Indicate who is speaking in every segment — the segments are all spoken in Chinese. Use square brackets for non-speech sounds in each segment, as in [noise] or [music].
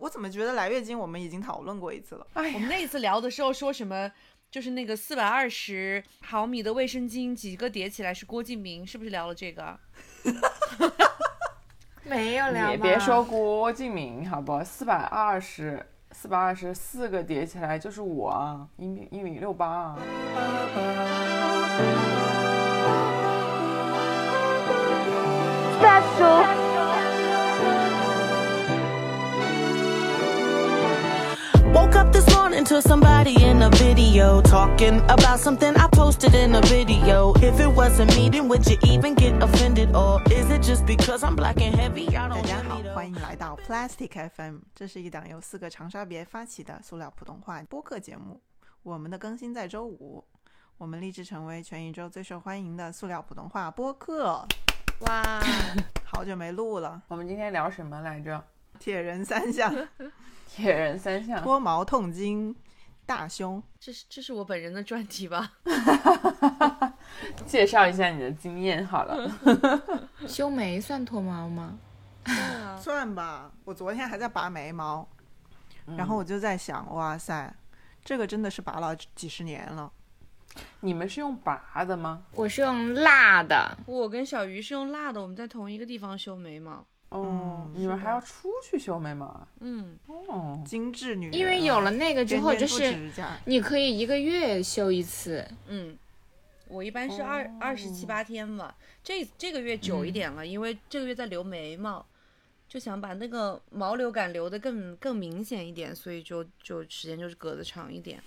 Speaker 1: 我怎么觉得来月经我们已经讨论过一次了？
Speaker 2: 哎，
Speaker 3: 我们那一次聊的时候说什么？就是那个四百二十毫米的卫生巾，几个叠起来是郭敬明，是不是聊了这个？
Speaker 2: 没有聊吧
Speaker 4: 也别说郭敬明，好不？四百二十，四百二十四个叠起来就是我啊，一米一米六八啊。
Speaker 5: Woke up this morning to somebody in a video talking about something I posted in a video. If it wasn't me, then would you even get offended? Or is it just because I'm black and heavy? I
Speaker 1: 大
Speaker 5: don't
Speaker 1: 家
Speaker 5: want
Speaker 1: 好
Speaker 5: me，
Speaker 1: 欢
Speaker 5: to.
Speaker 1: 迎来
Speaker 2: [laughs]
Speaker 1: 到 Plastic FM，这是一档由四个长沙别发起的塑料普通话播客节目。我们的更新在周五，我们立志成为全宇宙最受欢迎的塑料普通话播客。
Speaker 2: 哇，
Speaker 1: 好久没录了，
Speaker 4: 我们今天聊什么来着？
Speaker 1: 铁人三项，
Speaker 2: [laughs]
Speaker 4: 铁人三项。
Speaker 1: [laughs] 脱毛痛经，大胸。
Speaker 3: 这是这是我本人的专题 [laughs] 吧？
Speaker 4: 介绍一下你的经验好
Speaker 1: 嗯
Speaker 4: 了。
Speaker 2: 修眉算脱毛吗？
Speaker 3: 啊
Speaker 1: 算吧，我昨天还在拔眉毛，
Speaker 2: 嗯
Speaker 1: 然后我就在想，哇塞，这个真的是拔了几十年了。
Speaker 4: 你们是用拔的吗？
Speaker 2: 我是用辣的，
Speaker 3: 我跟小鱼是用辣的，我们在同一个地方修眉毛。
Speaker 4: 哦
Speaker 1: 嗯，
Speaker 4: 你们还要出去修眉毛啊？
Speaker 3: 嗯，
Speaker 4: 哦，
Speaker 1: 精致女人啊，
Speaker 2: 因为有了那个之后，
Speaker 1: 天
Speaker 2: 就
Speaker 1: 天做
Speaker 2: 是
Speaker 1: 指甲
Speaker 2: 你可以一个月修一次。
Speaker 3: 嗯，我一般是二二十七八天吧，这这个月久一点了，因为这个月在留眉毛，就想把那个毛流感留得更更明显一点，所以就就时间就是隔得长一点。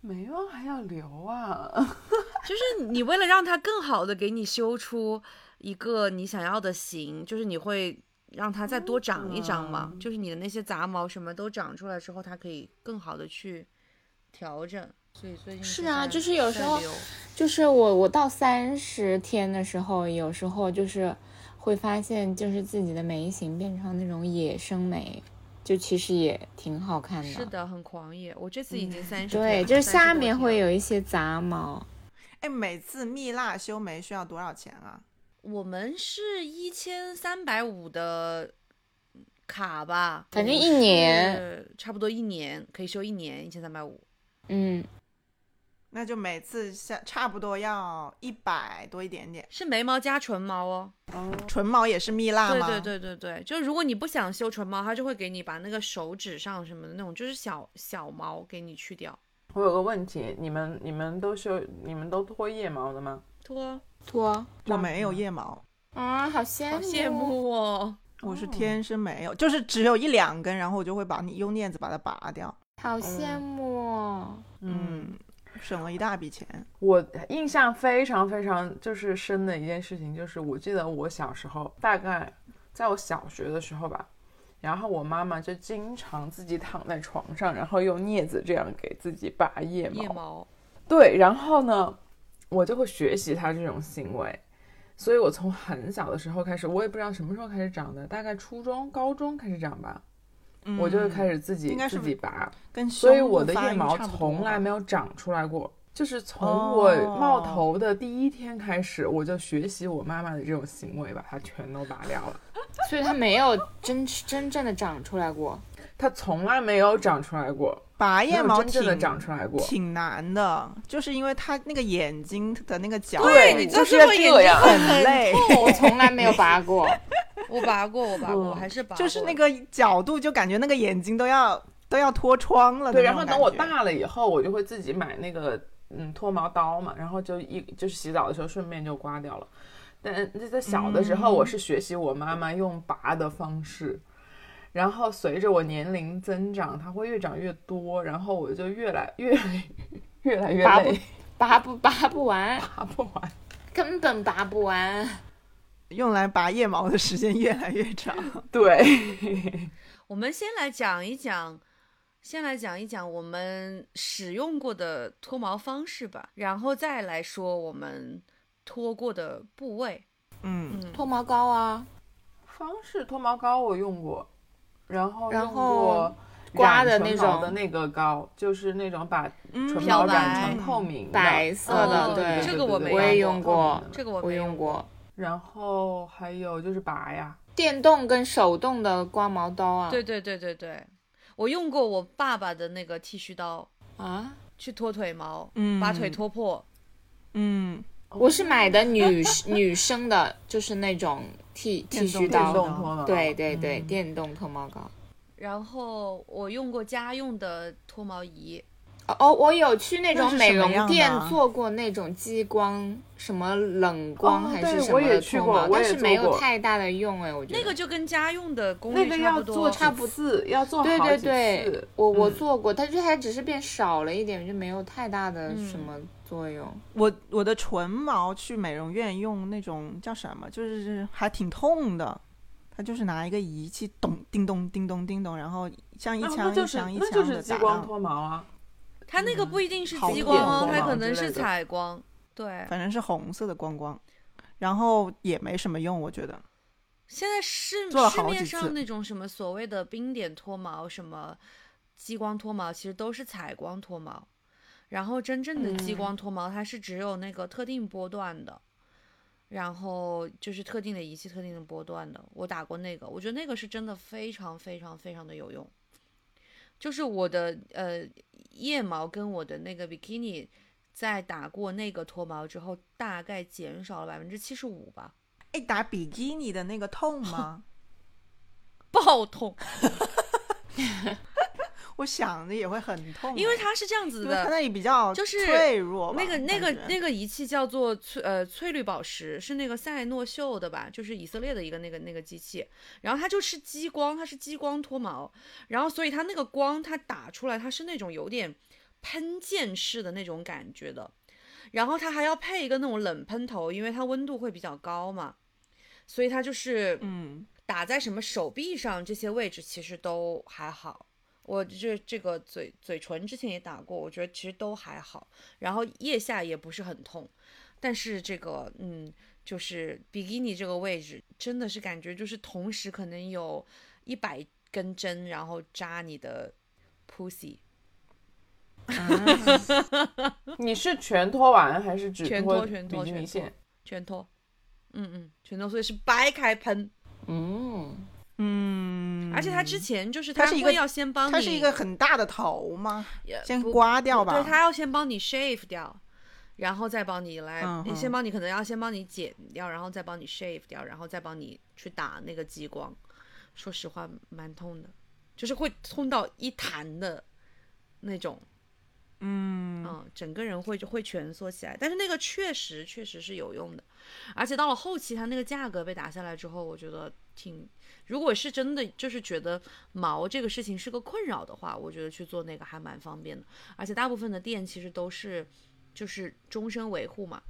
Speaker 4: 眉毛还要留啊？ [laughs]
Speaker 3: 就是你为了让它更好的给你修出一个你想要的型，就是你会让它再多长一长嘛，
Speaker 4: 嗯
Speaker 3: 就是你的那些杂毛什么都长出来之后，它可以更好的去调整。所以最近
Speaker 2: 是啊
Speaker 3: 在
Speaker 2: 就是有时
Speaker 3: 在
Speaker 2: 候
Speaker 3: 留
Speaker 2: 就是我我到三十天的时候，有时候就是会发现，就是自己的眉形变成那种野生眉，就其实也挺好看的。
Speaker 3: 是的，很狂野。我这次已经三十、
Speaker 2: 嗯对，就是下面会
Speaker 3: 有。
Speaker 2: 有一些杂毛。
Speaker 1: 哎，每次蜜蜡修眉需要多少钱啊？
Speaker 3: 我们是一千三百五的卡吧，
Speaker 2: 反正
Speaker 3: 我
Speaker 2: 一年
Speaker 3: 是差不多一年可以修一年一千三百五。
Speaker 2: 嗯，
Speaker 1: 那就每次下差不多要一百多一点点。
Speaker 3: 是眉毛加唇毛哦，
Speaker 4: 哦，
Speaker 1: 唇毛也是蜜蜡
Speaker 3: 对
Speaker 1: 吗？
Speaker 3: 对对对对，就是如果你不想修唇毛，它就会给你把那个手指上什么的那种，就是小小毛给你去掉。
Speaker 4: 我有个问题，你们你们都修你们都脱腋毛的吗？
Speaker 3: 脱，
Speaker 2: 脱
Speaker 1: 我没有腋毛，
Speaker 2: 啊，好羡慕，
Speaker 3: 嗯好羡慕哦！
Speaker 1: 我是天生没有，就是只有一两根，然后我就会把你用镊子把它拔掉。
Speaker 2: 好羡慕哦。
Speaker 1: 嗯，省了一大笔钱。
Speaker 4: 我印象非常非常就是深的一件事情，就是我记得我小时候，大概在我小学的时候吧，然后我妈妈就经常自己躺在床上，然后用镊子这样给自己拔腋毛。
Speaker 3: 腋毛，
Speaker 4: 对，然后呢，我就会学习她这种行为，所以我从很小的时候开始，我也不知道什么时候开始长的，大概初中、高中开始长吧，
Speaker 3: 嗯
Speaker 4: 我就会开始自己
Speaker 1: 嗯应该是
Speaker 4: 自己拔。
Speaker 1: 跟
Speaker 4: 所以
Speaker 1: 胸部
Speaker 4: 我的
Speaker 1: 发
Speaker 4: 腋
Speaker 1: 育
Speaker 4: 毛
Speaker 1: 差不多
Speaker 4: 从
Speaker 1: 吧哦
Speaker 4: 来没有长出来过。就是从我冒头的第一天开始，我就学习我妈妈的这种行为，把它全都拔掉了。
Speaker 2: 所以它没有真真正的长出来过。
Speaker 4: 它从来没有长出来过，
Speaker 1: 拔哎
Speaker 4: 没
Speaker 1: 腋
Speaker 4: 有
Speaker 1: 毛
Speaker 4: 真
Speaker 1: 挺
Speaker 4: 正的长出来过。
Speaker 1: 挺难的，就是因为它那个眼睛的那个角
Speaker 4: 对
Speaker 3: 你知
Speaker 4: 就
Speaker 3: 道
Speaker 4: 是
Speaker 3: 最后
Speaker 4: 这
Speaker 3: 眼睛
Speaker 4: 样
Speaker 3: 会
Speaker 1: [laughs] 很累，
Speaker 2: 我从来没有拔过，
Speaker 3: 我拔过，我拔过，我还是拔过。
Speaker 1: 就是那个角度，就感觉那个眼睛都要都要脱窗了的
Speaker 4: 对，
Speaker 1: 那
Speaker 4: 然
Speaker 1: 种
Speaker 4: 后
Speaker 1: 感觉。
Speaker 4: 等我大了以后，我就会自己买那个嗯脱毛刀嘛，然后就一就是洗澡的时候顺便就刮掉了。但那在小的时候，我是学习我妈妈用拔的方式，然后随着我年龄增长，它会越长越多，然后我就越来越越来越
Speaker 2: 拔不
Speaker 4: 累，
Speaker 2: 拔不拔不完，
Speaker 4: 拔不完。
Speaker 2: 根本拔不完。
Speaker 1: 用来拔腋毛的时间越来越长。
Speaker 4: 对，
Speaker 3: 我们先来讲一讲，先来讲一讲我们使用过的脱毛方式吧，然后再来说我们脱过的部位。
Speaker 1: 嗯，
Speaker 3: 嗯，
Speaker 2: 脱毛膏啊，
Speaker 4: 方式脱毛膏我用过，然后
Speaker 2: 然
Speaker 4: 用
Speaker 2: 后
Speaker 4: 过
Speaker 2: 刮
Speaker 4: 染
Speaker 2: 的
Speaker 4: 唇
Speaker 2: 那
Speaker 4: 毛
Speaker 2: 种
Speaker 4: 的那个膏，就是那种把
Speaker 1: 嗯
Speaker 4: 唇
Speaker 3: 漂
Speaker 4: 毛染
Speaker 3: 白
Speaker 4: 成透明的
Speaker 2: 白色
Speaker 3: 的
Speaker 4: 哦
Speaker 3: 对
Speaker 4: 对，
Speaker 3: 这
Speaker 4: 对
Speaker 3: 嗯个我
Speaker 4: 对
Speaker 3: 没
Speaker 4: 对
Speaker 3: 有
Speaker 4: 对
Speaker 3: 用
Speaker 2: 过
Speaker 4: 透明的
Speaker 3: 这个我
Speaker 2: 我
Speaker 3: 没有
Speaker 2: 用过。
Speaker 4: 然后还有就是拔呀，
Speaker 2: 电动跟手动的刮毛刀啊？
Speaker 3: 对对对对对，我用过我爸爸的那个剃须刀
Speaker 2: 啊，
Speaker 3: 去脱腿毛，
Speaker 1: 嗯
Speaker 3: 把腿脱破。
Speaker 1: 嗯，
Speaker 2: 我是买的女 [laughs] 女生的，就是那种剃剃
Speaker 1: 电动
Speaker 2: 须
Speaker 4: 电
Speaker 2: 刀，
Speaker 4: 动嗯脱哦毛，
Speaker 2: 对，对对，电动脱毛膏。
Speaker 3: 然后我用过家用的脱毛仪，
Speaker 2: 哦哦，我有去那
Speaker 1: 那
Speaker 2: 种
Speaker 1: 是
Speaker 2: 美
Speaker 1: 什么样的
Speaker 2: 容店
Speaker 1: 啊
Speaker 2: 做过那种激光，什么冷光
Speaker 4: 哦
Speaker 2: 还
Speaker 4: 对
Speaker 2: 是什
Speaker 4: 我
Speaker 2: 么
Speaker 4: 也
Speaker 2: 的
Speaker 4: 去
Speaker 2: 脱
Speaker 4: 过
Speaker 2: 毛，
Speaker 4: 我
Speaker 2: 但
Speaker 4: 也
Speaker 2: 是
Speaker 4: 做
Speaker 2: 没有
Speaker 4: 过
Speaker 2: 太大的用哎，我觉得
Speaker 3: 那个就跟家用的功
Speaker 4: 那
Speaker 3: 率
Speaker 4: 个
Speaker 3: 差
Speaker 4: 要
Speaker 3: 不
Speaker 4: 做
Speaker 3: 多，
Speaker 4: 差不次，要做
Speaker 2: 对
Speaker 4: 好
Speaker 2: 对
Speaker 4: 几
Speaker 2: 对
Speaker 4: 次，
Speaker 2: 我我
Speaker 4: 嗯
Speaker 2: 做过，但是它只是变少了一点，就没有太大的
Speaker 3: 嗯
Speaker 2: 什么作用。
Speaker 1: 我我的唇毛去美容院用那种叫什么，就是还挺痛的。他就是拿一个仪器咚叮咚叮咚叮咚，然后像一
Speaker 4: 啊那
Speaker 1: 枪
Speaker 4: 那就
Speaker 1: 一
Speaker 4: 是
Speaker 1: 枪一
Speaker 4: 那就
Speaker 1: 枪
Speaker 4: 是
Speaker 1: 的
Speaker 4: 激
Speaker 1: 打
Speaker 4: 光
Speaker 1: 到，
Speaker 4: 脱毛啊，
Speaker 3: 它那个不一定是
Speaker 1: 好
Speaker 3: 激
Speaker 1: 一
Speaker 3: 光
Speaker 1: 点
Speaker 3: 哦，
Speaker 1: 光
Speaker 3: 它
Speaker 1: 芒
Speaker 3: 可
Speaker 4: 之
Speaker 3: 能
Speaker 4: 类
Speaker 3: 是
Speaker 4: 的
Speaker 3: 采光。对，
Speaker 1: 反正是红色的光光，然后也没什么用，我觉得。
Speaker 3: 现在市
Speaker 1: 做了
Speaker 3: 市
Speaker 1: 好
Speaker 3: 面
Speaker 1: 几次
Speaker 3: 上那种什么所谓的冰点脱毛、什么激光脱毛，其实都是采光脱毛。然后真正的
Speaker 1: 嗯
Speaker 3: 激光脱毛，它是只有那个特定波段的，然后就是特定的仪器、特定的波段的。我打过那个，我觉得那个是真的非常非常非常的有用。就是我的呃腋毛跟我的那个 bikini 在打过那个脱毛之后，大概减少了百分之七十五吧，
Speaker 1: 哎，打比基尼的那个痛吗？
Speaker 3: 爆痛。
Speaker 1: 我想着也会很痛哎，
Speaker 3: 因为它是这样子
Speaker 1: 因为它
Speaker 3: 的，
Speaker 1: 那里比较
Speaker 3: 就是
Speaker 1: 脆弱吧，
Speaker 3: 那个那个
Speaker 1: 感觉
Speaker 3: 那个仪器叫做翠呃翠绿宝石，是那个赛诺秀的吧，就是以色列的一个那个那个机器，然后它就是激光，它是激光脱毛，然后所以它那个光它打出来，它是那种有点喷溅式的那种感觉的，然后它还要配一个那种冷喷头，因为它温度会比较高嘛，所以它就是
Speaker 1: 嗯，
Speaker 3: 打在什么手臂上这些位置其实都还好。我这这个嘴嘴唇之前也打过，我觉得其实都还好。然后腋下也不是很痛，但是这个嗯，就是比基尼这个位置真的是感觉就是同时可能有一百根针，然后扎你的 pussy。嗯
Speaker 4: 你是全脱完还是只
Speaker 3: 全脱全脱
Speaker 4: 比基
Speaker 3: 全脱
Speaker 4: 尼线？
Speaker 3: 全脱，嗯嗯，全脱，所以是掰开喷，
Speaker 2: 嗯，
Speaker 1: 嗯，
Speaker 3: 而且他之前就是
Speaker 1: 它
Speaker 3: 他
Speaker 1: 是一
Speaker 3: 会
Speaker 1: 个
Speaker 3: 要先帮你，
Speaker 1: 它是一个很大的头吗？
Speaker 3: 也
Speaker 1: 先
Speaker 3: 不
Speaker 1: 刮掉吧。
Speaker 3: 对，他要先帮你 shave 掉，然后再帮你来，
Speaker 1: 嗯哼
Speaker 3: 先帮你可能要先帮你剪掉，然后再帮你 shave 掉，然后再帮你去打那个激光。说实话，蛮痛的，就是会痛到一弹的那种，
Speaker 1: 嗯，
Speaker 3: 嗯，整个人会就会蜷缩起来。但是那个确实确实是有用的，而且到了后期，它那个价格被打下来之后，我觉得挺，如果是真的就是觉得毛这个事情是个困扰的话，我觉得去做那个还蛮方便的。而且大部分的店其实都是就是终身维护嘛。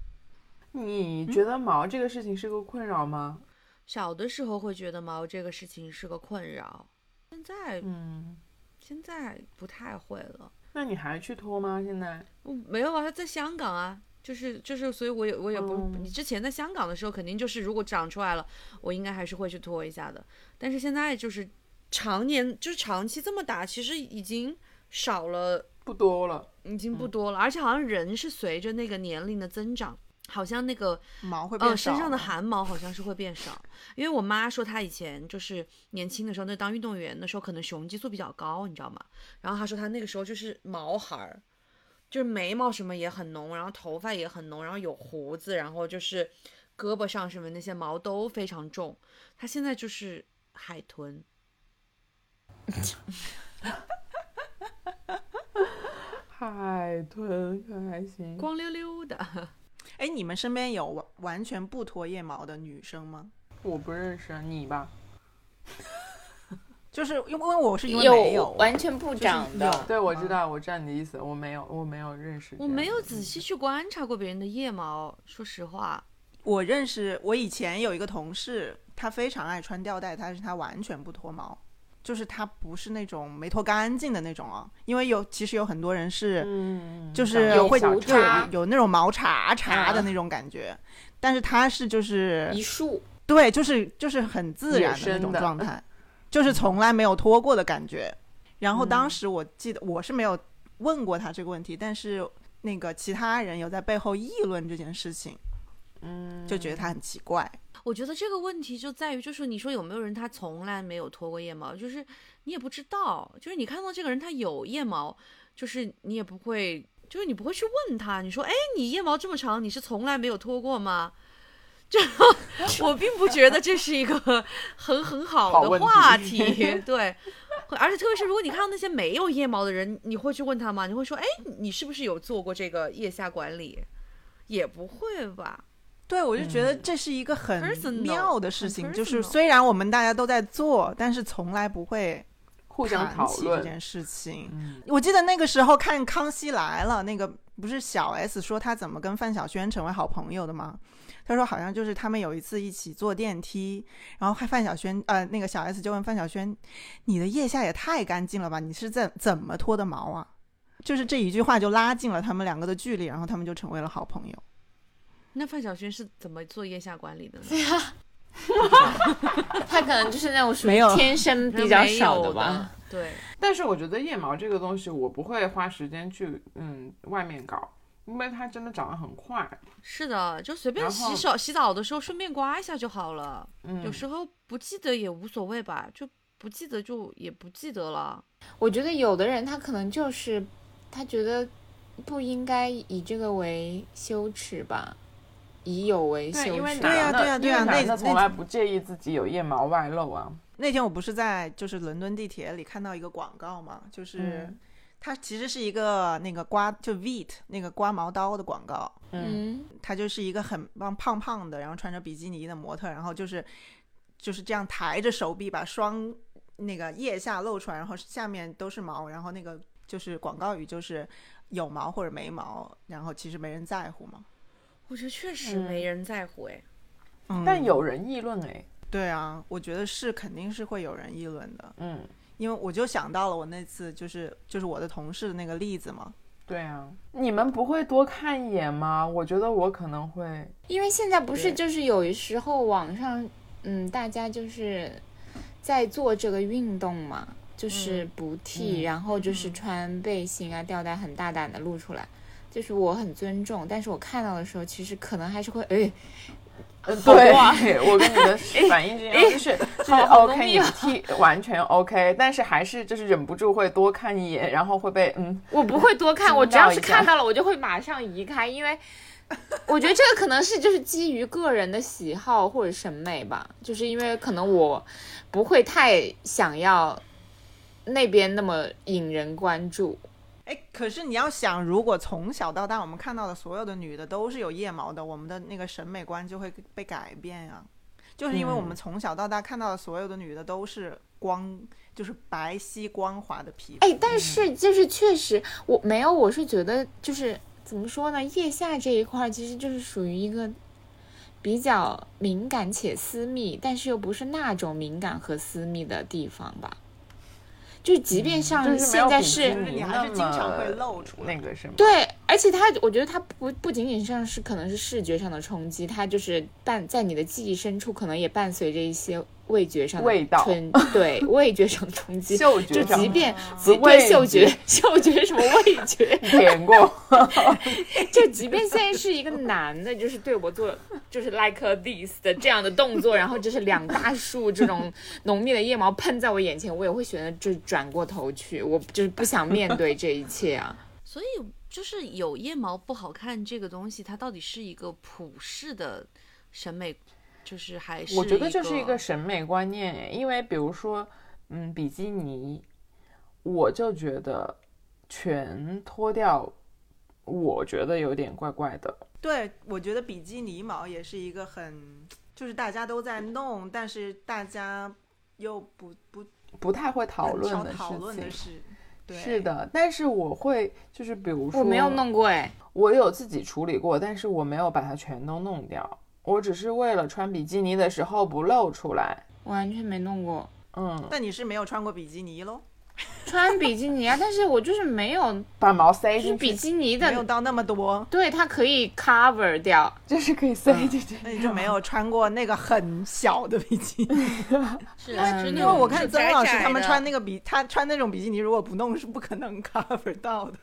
Speaker 4: 你觉得毛这个事情是个困扰吗？
Speaker 3: 小的时候会觉得毛这个事情是个困扰，现在、
Speaker 4: 嗯，
Speaker 3: 现在不太会了。
Speaker 4: 那你还去脱吗？现在？
Speaker 3: 我没有啊，他在香港啊，就是就是，所以我也我也不，
Speaker 4: 嗯
Speaker 3: 你之前在香港的时候，肯定就是如果长出来了，我应该还是会去拖一下的。但是现在就是常年就是长期这么打，其实已经少了，
Speaker 4: 不多了，
Speaker 3: 已经不多了，而且好像人是随着那个年龄的增长，好像那个
Speaker 1: 毛会
Speaker 3: 呃
Speaker 1: 变
Speaker 3: 身
Speaker 1: 少
Speaker 3: 上的
Speaker 1: 吗
Speaker 3: 汗毛好像是会变少，因为我妈说她以前就是年轻的时候，那当运动员的时候，可能雄激素比较高，你知道吗？然后她说她那个时候就是毛孩儿，就是眉毛什么也很浓，然后头发也很浓，然后有胡子，然后就是胳膊上什么那些毛都非常重。她现在就是海豚，
Speaker 4: 海豚可还行。
Speaker 3: 光溜溜的。
Speaker 1: 哎，你们身边有完完全不脱腋毛的女生吗？
Speaker 4: 我不认识你吧？
Speaker 1: 就是因为因为我是因为没
Speaker 2: 有完全不长的，
Speaker 4: 对，我知道，我知道你的意思，我没有，我没有认识。
Speaker 3: 我没有，
Speaker 1: 嗯
Speaker 3: 仔细去观察过别人的腋毛，说实话，
Speaker 1: 我认识我以前有一个同事，她非常爱穿吊带，但是她完全不脱毛，就是她不是那种没脱干净的那种哦，因为有其实有很多人是、
Speaker 4: 嗯，
Speaker 1: 就是
Speaker 2: 有
Speaker 1: 会
Speaker 2: 胡
Speaker 1: 有
Speaker 2: 子啊
Speaker 1: 有那种毛茬茬
Speaker 2: 啊
Speaker 1: 的那种感觉，但是她是就是
Speaker 2: 一束
Speaker 1: 对，就是就是很自
Speaker 4: 野
Speaker 1: 然的那
Speaker 4: 生
Speaker 1: 种 [laughs]
Speaker 4: 的
Speaker 1: 状态，就是从来没有脱过的感觉。然后当时我记得我是没有问过他这个问题，但是那个其他人有在背后议论这件事情，
Speaker 4: 嗯，
Speaker 1: 就觉得它很奇怪。
Speaker 3: 我觉得这个问题就在于，就是你说有没有人他从来没有脱过腋毛，就是你也不知道，就是你看到这个人他有腋毛，就是你也不会，就是你不会去问他，你说，哎，你腋毛这么长，你是从来没有脱过吗？ [laughs]
Speaker 4: [laughs]
Speaker 3: 这我并不觉得这是一个很很好
Speaker 4: 好
Speaker 3: 的
Speaker 4: 问题
Speaker 3: 话题，对。会而且特别是如果你看到那些没有腋毛的人，你会去问他吗？你会说，哎，你是不是有做过这个腋下管理？也不会吧。
Speaker 1: 对，我就觉得这是一个很
Speaker 3: Personal，
Speaker 1: 妙的事
Speaker 3: 很
Speaker 1: 情，就是
Speaker 3: personal
Speaker 1: 虽然我们大家都在做，但是从来不会
Speaker 4: 互相
Speaker 1: 谈
Speaker 4: 讨
Speaker 1: 起这
Speaker 4: 论，
Speaker 1: 件事情。
Speaker 4: 嗯，
Speaker 1: 我记得那个时候看《康熙来了》，那个不是小 S 说她怎么跟范晓萱成为好朋友的吗？她说好像就是他们有一次一起坐电梯，然后范晓萱呃那个小 S 就问范晓萱：“你的腋下也太干净了吧？你是怎怎么脱的毛啊？”就是这一句话就拉近了他们两个的距离，然后他们就成为了好朋友。
Speaker 3: 那范晓萱是怎么做腋下管理的呢？
Speaker 1: 啊
Speaker 2: [laughs] 他可能就是那种属于
Speaker 1: 没有
Speaker 2: 天生比较少的吧。。
Speaker 3: 对，
Speaker 4: 但是我觉得腋毛这个东西，我不会花时间去嗯外面搞，因为它真的长得很快，
Speaker 3: 是的，就随便
Speaker 4: 然后
Speaker 3: 洗手洗澡的时候顺便刮一下就好了。
Speaker 4: 嗯，
Speaker 3: 有时候不记得也无所谓吧，就不记得就也不记得了。
Speaker 2: 我觉得有的人他可能就是他觉得不应该以这个为羞耻吧，以有为羞
Speaker 4: 对，因为
Speaker 2: 耻。
Speaker 1: 对呀
Speaker 4: 男的
Speaker 1: 对呀对呀
Speaker 4: 因为
Speaker 1: 那
Speaker 4: 男的从
Speaker 1: 那
Speaker 4: 来不介意自己有腋毛外露啊，
Speaker 1: 那天我不是在就是伦敦地铁里看到一个广告嘛，就是、
Speaker 4: 嗯
Speaker 1: 它其实是一个那个刮就 Veet 那个刮毛刀的广告，
Speaker 4: 嗯，
Speaker 2: 嗯，
Speaker 1: 她就是一个很胖胖胖的，然后穿着比基尼的模特，然后就是就是这样抬着手臂把双那个腋下露出来，然后下面都是毛，然后那个就是广告语就是有毛或者没毛，然后其实没人在乎嘛。
Speaker 3: 我觉得确实
Speaker 4: 嗯
Speaker 3: 没人在乎哎。
Speaker 1: 嗯
Speaker 4: 但有人议论哎，
Speaker 1: 对啊，我觉得是肯定是会有人议论的，
Speaker 4: 嗯，
Speaker 1: 因为我就想到了我那次就是就是我的同事的那个例子嘛，
Speaker 4: 对啊，你们不会多看一眼吗？我觉得我可能会，
Speaker 2: 因为现在不是
Speaker 4: 对
Speaker 2: 就是有时候网上，嗯，大家就是在做这个运动嘛，就是不剃，
Speaker 4: 嗯
Speaker 2: 然后就是穿背心啊、吊带，很大胆的露出来。就是我很尊重，但是我看到的时候，其实可能还是会哎，
Speaker 4: 呃
Speaker 2: 好啊
Speaker 4: 对， [laughs] 我跟你的反应是一样，就是就是
Speaker 2: 好好浓
Speaker 4: OK，
Speaker 2: 密
Speaker 4: 你
Speaker 2: 啊
Speaker 4: 剃完全 OK，但是还是就是忍不住会多看一眼，然后会被嗯，
Speaker 2: 我不会多看，我只要是
Speaker 4: 惊到一下
Speaker 2: 看到了，我就会马上移开，因
Speaker 4: [laughs]
Speaker 2: 为我觉得这个可能是就是基于个人的喜好或者审美吧，就是因为可能我不会太想要那边那么引人关注。
Speaker 1: 哎，可是你要想，如果从小到大我们看到的所有的女的都是有腋毛的，我们的那个审美观就会被改变呀、就是因为我们
Speaker 4: 嗯
Speaker 1: 从小到大看到的所有的女的都是光，就是白皙光滑的皮肤。
Speaker 2: 哎，
Speaker 4: 嗯
Speaker 2: 但是就是确实我没有，我是觉得就是怎么说呢，腋下这一块儿其实就是属于一个。比较敏感且私密，但是又不是那种敏感和私密的地方吧，就是即便
Speaker 4: 嗯就
Speaker 2: 像
Speaker 4: 是没
Speaker 2: 现
Speaker 4: 有
Speaker 2: 在
Speaker 4: 比基
Speaker 2: 是
Speaker 1: 就是
Speaker 4: 尼
Speaker 1: 你还是
Speaker 4: 那
Speaker 1: 经常
Speaker 4: 么
Speaker 1: 会露出来
Speaker 4: 那个什么，
Speaker 2: 对，而且它，我觉得它不不仅仅上是可能是视觉上的冲击，它就是伴在你的记忆深处，可能也伴随着一些味觉上的
Speaker 4: 味道
Speaker 2: 冲，
Speaker 4: [laughs]
Speaker 2: 对，味觉上冲击，
Speaker 4: 嗅觉
Speaker 2: 就
Speaker 4: 上
Speaker 2: 即便
Speaker 4: 不
Speaker 2: 即对嗅
Speaker 4: 味
Speaker 2: 觉
Speaker 4: 觉，，
Speaker 2: 嗅觉什么味觉
Speaker 4: [laughs] 舔过，
Speaker 2: 就即便现在是一个男的，就是对我做就是 like a this 的这样的动作，然后就是两大束这种浓密的腋毛喷在我眼前，我也会选择就是转过头去，我就是不想面对这一切啊。
Speaker 3: 所以就是有腋毛不好看这个东西，它到底是一个普世的审美，就是还是
Speaker 4: 我觉得这是一个审美观念耶，因为比如说，嗯，比基尼，我就觉得全脱掉，我觉得有点怪怪的。
Speaker 1: 对，我觉得比基尼毛也是一个很，就是大家都在弄，但是大家又不不
Speaker 4: 不太会讨
Speaker 1: 很
Speaker 4: 论
Speaker 1: 少
Speaker 4: 的
Speaker 1: 讨论
Speaker 4: 事
Speaker 1: 的
Speaker 4: 情，
Speaker 1: 是，对，
Speaker 4: 是，的。但是我会，就是比如说，
Speaker 2: 我没有，弄过哎。
Speaker 4: 我有自己处理过，但是我没有把它全都弄掉，我只是为了穿比基尼的时候不露出来。
Speaker 2: 完全没弄过，
Speaker 4: 嗯，
Speaker 1: 但你是没有穿过比基尼喽，
Speaker 2: 穿比基尼啊，但是我就是没有，
Speaker 4: 把毛塞
Speaker 2: 就是
Speaker 4: 进
Speaker 2: 比
Speaker 4: 去，
Speaker 2: 基尼
Speaker 1: 没有
Speaker 2: 的，
Speaker 1: 到那么多。
Speaker 2: 对，它可以 cover 掉。
Speaker 4: 就是可以塞进去。
Speaker 1: 那你就 [laughs] 没有穿过那个很小的比基尼， [laughs]
Speaker 3: 是，
Speaker 2: 嗯
Speaker 3: 因
Speaker 1: 因为哦我看曾老师他们穿那
Speaker 3: 那
Speaker 1: 个 [laughs] 比他穿那种比基尼，如果不弄是不可能 cover 到的，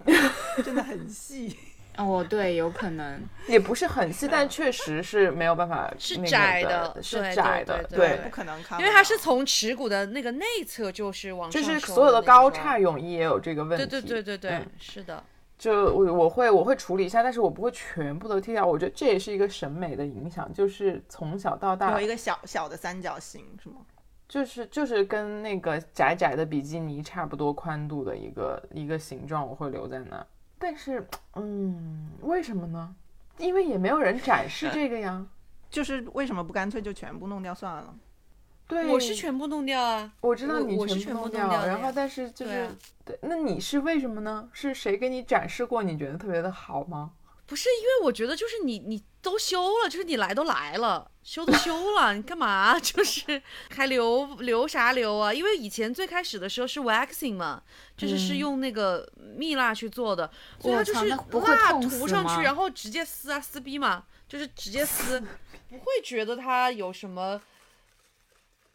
Speaker 1: 真的很细。
Speaker 2: 哦，对，有可能。
Speaker 4: 也不是很细，但确实是没有办法
Speaker 3: 是
Speaker 4: 那个
Speaker 3: 窄
Speaker 4: 的，
Speaker 3: 的
Speaker 4: 是
Speaker 3: 对
Speaker 4: 窄
Speaker 3: 对
Speaker 4: 的，
Speaker 3: 对
Speaker 1: [laughs] 对，不可能看，
Speaker 3: 因为它是从耻骨的那个内侧就是往
Speaker 4: 就
Speaker 3: 上
Speaker 4: 是
Speaker 3: 收
Speaker 4: 所有的
Speaker 3: 那
Speaker 4: 高
Speaker 3: 种
Speaker 4: 叉泳衣也有这个问
Speaker 3: 对
Speaker 4: 题。
Speaker 3: 对对对对，
Speaker 4: 嗯
Speaker 3: 是的，
Speaker 4: 就我我会我会处理一下，但是我不会全部都剃掉。我觉得这也是一个审美的影响，就是从小到大
Speaker 1: 有一，个小小的三角形，是吗？
Speaker 4: 就是就是跟那个窄窄的比基尼差不多宽度的一个一个形状，我会留在那。但是，嗯，为什么呢？因为也没有人展示这个呀。
Speaker 1: 就是为什么不干脆就全部弄掉算了？
Speaker 4: 对，
Speaker 3: 我是全部弄掉啊，
Speaker 4: 我知道
Speaker 3: 我
Speaker 4: 你
Speaker 3: 我是
Speaker 4: 全
Speaker 3: 全
Speaker 4: 部
Speaker 3: 部
Speaker 4: 弄
Speaker 3: 弄掉的
Speaker 4: 然后
Speaker 3: 呀
Speaker 4: 但是就是
Speaker 3: 对啊
Speaker 4: 对，那你是为什么呢？是谁给你展示过你觉得特别的好吗？
Speaker 3: 不是因为我觉得就是你你都修了，就是你来都来了，修都修了，你干嘛？啊 [laughs] 就是还留留啥留啊？因为以前最开始的时候是 waxing 嘛，就是是用那个蜜蜡去做的，所以它
Speaker 2: 嗯我
Speaker 3: 就
Speaker 2: 操
Speaker 3: 是
Speaker 2: 那不会
Speaker 3: 蜡
Speaker 2: 痛
Speaker 3: 涂
Speaker 2: 死
Speaker 3: 上
Speaker 2: 吗
Speaker 3: 去，然后直接撕啊撕逼嘛，就是直接
Speaker 2: [laughs]
Speaker 3: 撕，不会觉得它有什么。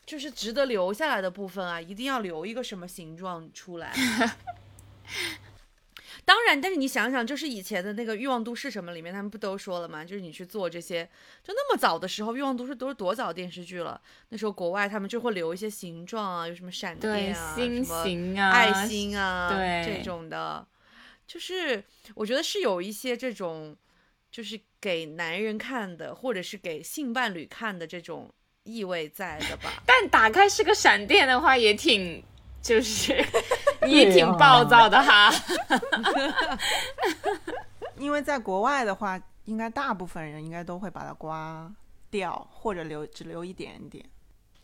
Speaker 3: 就是值得留下来的部分啊，一定要留一个什么形状出来。啊 [laughs] 当然，但是你想想，就是以前的那个欲望都市什么里面，他们不都说了吗？就是你去做这些，就那么早的时候，欲望都市都是多早电视剧了？那时候国外他们就会留一些形状啊，有什么闪
Speaker 2: 对，
Speaker 3: 电啊、
Speaker 2: 心
Speaker 3: 什么
Speaker 2: 形啊，
Speaker 3: 爱心啊，
Speaker 2: 对
Speaker 3: 这种的，就是我觉得是有一些这种，就是给男人看的，或者是给性伴侣看的这种意味在的吧。
Speaker 2: 但打开是个闪电的话，也挺就是
Speaker 1: [laughs]
Speaker 2: 也
Speaker 4: 对
Speaker 2: 挺
Speaker 4: 啊
Speaker 2: 暴躁的哈。
Speaker 1: 啊因为在国外的话，应该大部分人应该都会把它刮掉，或者留只留一点点。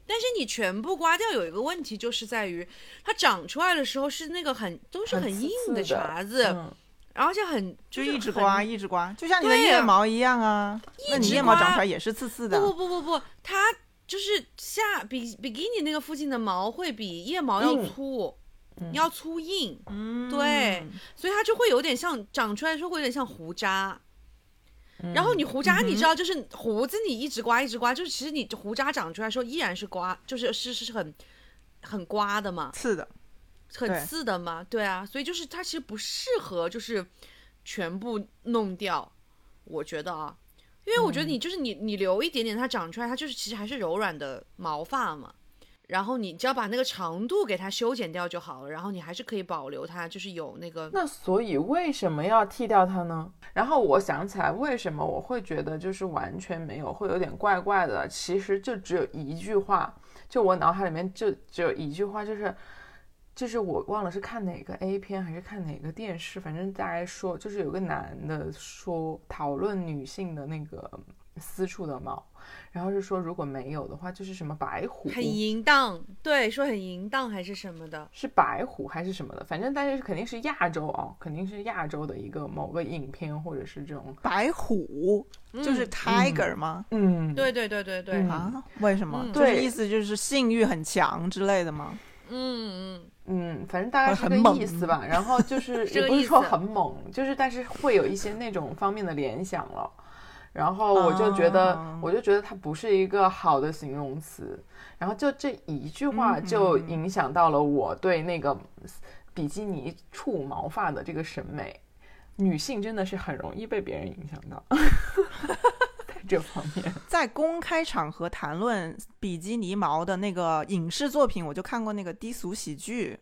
Speaker 3: 但是你全部刮掉有一个问题，就是在于它长出来的时候是那个很都是
Speaker 4: 很
Speaker 3: 很
Speaker 4: 刺
Speaker 3: 硬
Speaker 4: 刺的
Speaker 3: 茬子，
Speaker 4: 嗯，
Speaker 3: 然后而且很
Speaker 1: 就是一直
Speaker 3: 很
Speaker 1: 刮，一直刮，就像你的
Speaker 3: 对呀
Speaker 1: 腋毛一样啊。那你
Speaker 3: 直
Speaker 1: 腋毛
Speaker 3: 刮
Speaker 1: 长出来也是刺刺的。
Speaker 3: 不不不不不，它就是下比比基尼那个附近的毛会比腋毛要
Speaker 4: 硬
Speaker 3: 粗，要粗硬，
Speaker 1: 嗯
Speaker 3: 对，所以它就会有点像长出来的时候会有点像胡渣。
Speaker 1: 嗯
Speaker 3: 然后你胡渣，你知道，就是胡子，你一直刮一直刮，就是其实你胡渣长出来的时候依然是刮，就是是是是很很刮的嘛，
Speaker 1: 刺的。对
Speaker 3: 很刺的嘛，对啊，所以就是它其实不适合就是全部弄掉，我觉得啊，因为我觉得你
Speaker 1: 嗯
Speaker 3: 就是你你留一点点，它长出来，它就是其实还是柔软的毛发嘛，然后你只要把那个长度给它修剪掉就好了，然后你还是可以保留它，就是有那个
Speaker 4: 那所以为什么要剃掉它呢？然后我想起来，为什么我会觉得就是完全没有，会有点怪怪的。其实就只有一句话，就我脑海里面就只有一句话，就是就是我忘了是看哪个 A 片还是看哪个电视，反正大概说就是有个男的说讨论女性的那个私处的毛，然后是说如果没有的话，就是什么白虎，
Speaker 3: 很淫荡，对，说很淫荡还是什么的，
Speaker 4: 是白虎还是什么的，反正但是肯定是亚洲哦，肯定是亚洲的一个某个影片或者是这种，
Speaker 1: 白虎就是 tiger 吗？
Speaker 4: 嗯，
Speaker 3: 嗯对对对对对，
Speaker 4: 嗯
Speaker 1: 啊？为什么？
Speaker 3: 嗯
Speaker 1: 就是
Speaker 4: 对
Speaker 1: 意思就是性欲很强之类的吗？
Speaker 3: 嗯嗯，
Speaker 4: 嗯，反正大概是
Speaker 1: 很
Speaker 4: 个
Speaker 1: 猛
Speaker 4: 意思
Speaker 1: [laughs]
Speaker 4: 吧。然后就是
Speaker 3: 这
Speaker 4: 也
Speaker 3: 个
Speaker 4: 不是
Speaker 3: 意
Speaker 4: 说
Speaker 3: 思
Speaker 4: 很猛，就是但是会有一些那种方面的联想了。然后我就觉得，
Speaker 1: 啊
Speaker 4: 我就觉得它不是一个好的形容词。然后就这一句话
Speaker 1: 嗯
Speaker 4: 就
Speaker 1: 嗯嗯
Speaker 4: 影响到了我对那个比基尼触毛发的这个审美。女性真的是很容易被别人影响到， [laughs] 在这方面。
Speaker 1: 在公开场合谈论比基尼毛的那个影视作品，我就看过那个低俗喜剧，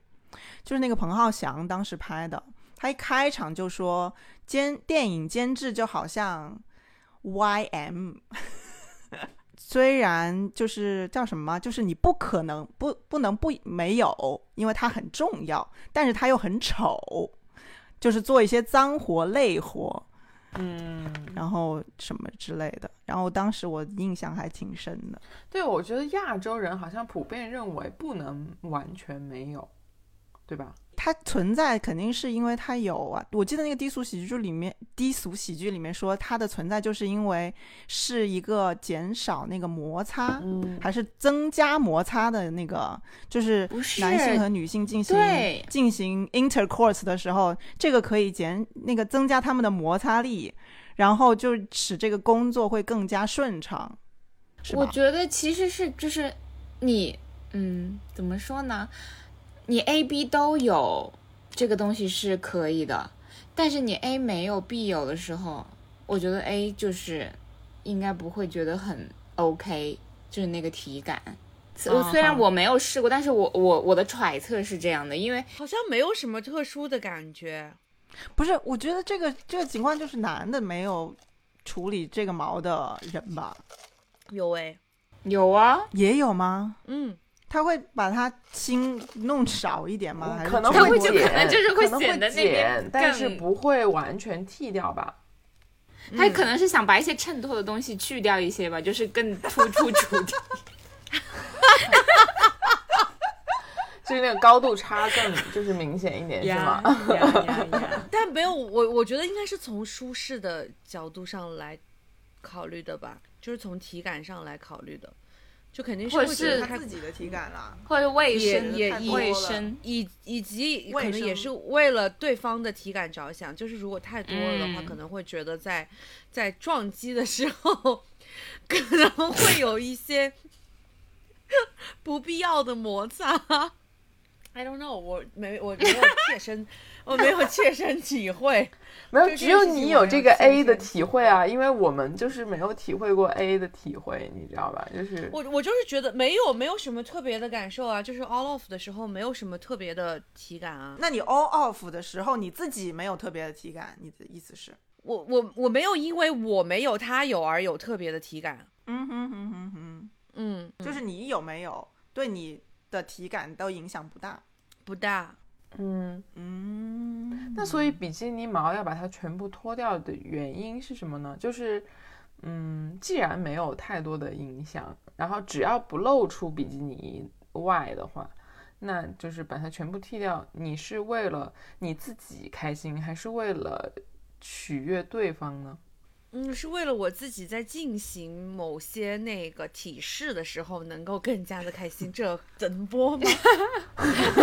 Speaker 1: 就是那个彭浩翔当时拍的。他一开场就说，监电影监制就好像 YM，虽然就是叫什么，就是你不可能不不能不没有，因为它很重要，但是它又很丑，就是做一些脏活累活。
Speaker 4: 嗯，
Speaker 1: 然后什么之类的。然后当时我印象还挺深的，
Speaker 4: 对，我觉得亚洲人好像普遍认为不能完全没有，对吧？
Speaker 1: 它存在肯定是因为它有啊。我记得那个低俗喜剧就里面，低俗喜剧里面说它的存在就是因为是一个减少那个摩擦。
Speaker 4: 嗯，
Speaker 1: 还是增加摩擦的那个，就是
Speaker 2: 不是
Speaker 1: 男性和女性进行
Speaker 2: 对
Speaker 1: 进行 intercourse 的时候，这个可以减那个增加他们的摩擦力，然后就使这个工作会更加顺畅，是吧？
Speaker 2: 我觉得其实是就是你，嗯，怎么说呢？你 A、B 都有这个东西是可以的，但是你 A 没有 B 有的时候，我觉得 A 就是应该不会觉得很 OK，就是那个体感。虽
Speaker 3: 啊
Speaker 2: 虽然我没有试过，但是我我我的揣测是这样的，因为
Speaker 3: 好像没有什么特殊的感觉。
Speaker 1: 不是，我觉得这个这个情况就是男的没有处理这个毛的人吧，
Speaker 3: 有哎，
Speaker 2: 有啊，
Speaker 1: 也有吗？
Speaker 3: 嗯，
Speaker 1: 他会把它心弄少一点吗？还是
Speaker 4: 可能
Speaker 1: 全部
Speaker 2: 会就
Speaker 1: 剪
Speaker 2: 嗯可能就是会
Speaker 4: 会
Speaker 2: 显得那边
Speaker 4: 剪，但是
Speaker 2: 更
Speaker 4: 不会完全剃掉吧？
Speaker 2: 他可能是想把一些衬托的东西去掉一些吧，就是更突出主题。
Speaker 4: 就是那个高度差更就是明显一点，是吗？ [laughs]
Speaker 3: 但没有我，我觉得应该是从舒适的角度上来考虑的吧，就是从体感上来考虑的，就肯定是
Speaker 2: 或
Speaker 3: 会
Speaker 2: 者
Speaker 3: 觉得
Speaker 2: 是
Speaker 3: 它
Speaker 1: 他自己的体感啦。
Speaker 2: [laughs] 或者卫生
Speaker 3: 也
Speaker 1: 也
Speaker 2: 卫
Speaker 1: 也
Speaker 2: 生， [laughs]
Speaker 3: 以以及可
Speaker 1: 卫
Speaker 3: 能也
Speaker 1: 生
Speaker 3: 是为了对方的体感着想，就是如果太多了的话，
Speaker 2: 嗯
Speaker 3: 可能会觉得在在撞击的时候，可能会有一些不必要的摩擦。I don't know，我没我 [laughs] 没有切身，我没有切身体会。
Speaker 4: 没有，
Speaker 3: 就这
Speaker 4: 只
Speaker 3: 个
Speaker 4: 有
Speaker 3: 事情我
Speaker 4: 你有
Speaker 3: 没
Speaker 4: 这
Speaker 3: 有
Speaker 4: 个
Speaker 3: 亲
Speaker 4: A 的
Speaker 3: 身
Speaker 4: 体会啊，因为我们就是没有体会过 A 的体会，你知道吧？就是
Speaker 3: 我我就是觉得没有没有什么特别的感受啊，就是 all off 的时候没有什么特别的体感啊。
Speaker 1: 那你 all off 的时候，你自己没有特别的体感，你的意思是？
Speaker 3: 我我我没有因为我没有他有而有特别的体感。
Speaker 1: 嗯哼哼哼哼，
Speaker 3: 嗯，
Speaker 1: 就是你有没有对你的体感都影响不大。
Speaker 3: 不大。
Speaker 4: 嗯，
Speaker 1: 嗯，
Speaker 4: 那所以比基尼毛要把它全部脱掉的原因是什么呢？就是嗯，既然没有太多的影响，然后只要不露出比基尼外的话。那就是把它全部剃掉。你是为了你自己开心，还是为了取悦对方呢？
Speaker 3: 嗯，是为了我自己在进行某些那个体式的时候能够更加的开心，这能播吗？ [laughs]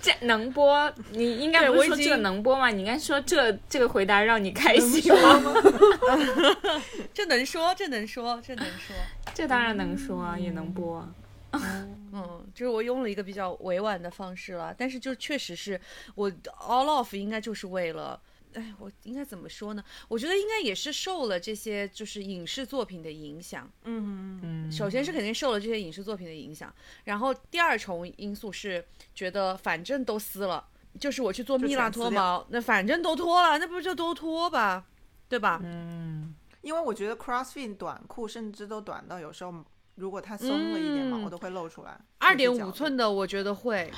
Speaker 2: 这能播？你应该不是
Speaker 3: 对
Speaker 2: 说
Speaker 3: 我已经
Speaker 2: 这能播吗？你应该说这这个回答让你开心吗？
Speaker 3: 这能说，这能说，这能说。
Speaker 2: [laughs] 这当然能说啊，也能播啊。
Speaker 3: 嗯，就是我用了一个比较委婉的方式了，但是就确实是我 all off 应该就是为了，哎，我应该怎么说呢？我觉得应该也是受了这些就是影视作品的影响，
Speaker 4: 嗯，
Speaker 3: 首先是肯定受了这些影视作品的影响，然后第二重因素是觉得反正都撕了，就是我去做
Speaker 1: 就
Speaker 3: 蜜蜡
Speaker 1: 全撕
Speaker 3: 脱毛，那反正都脱了，那不就都脱吧，对吧？
Speaker 4: 嗯，
Speaker 1: 因为我觉得 CrossFit 短裤甚至都短到有时候，如果它松了一点毛
Speaker 3: 嗯
Speaker 1: 都会露出来。
Speaker 3: 二点
Speaker 1: 有些角
Speaker 3: 五
Speaker 1: 度
Speaker 3: 寸的我觉得会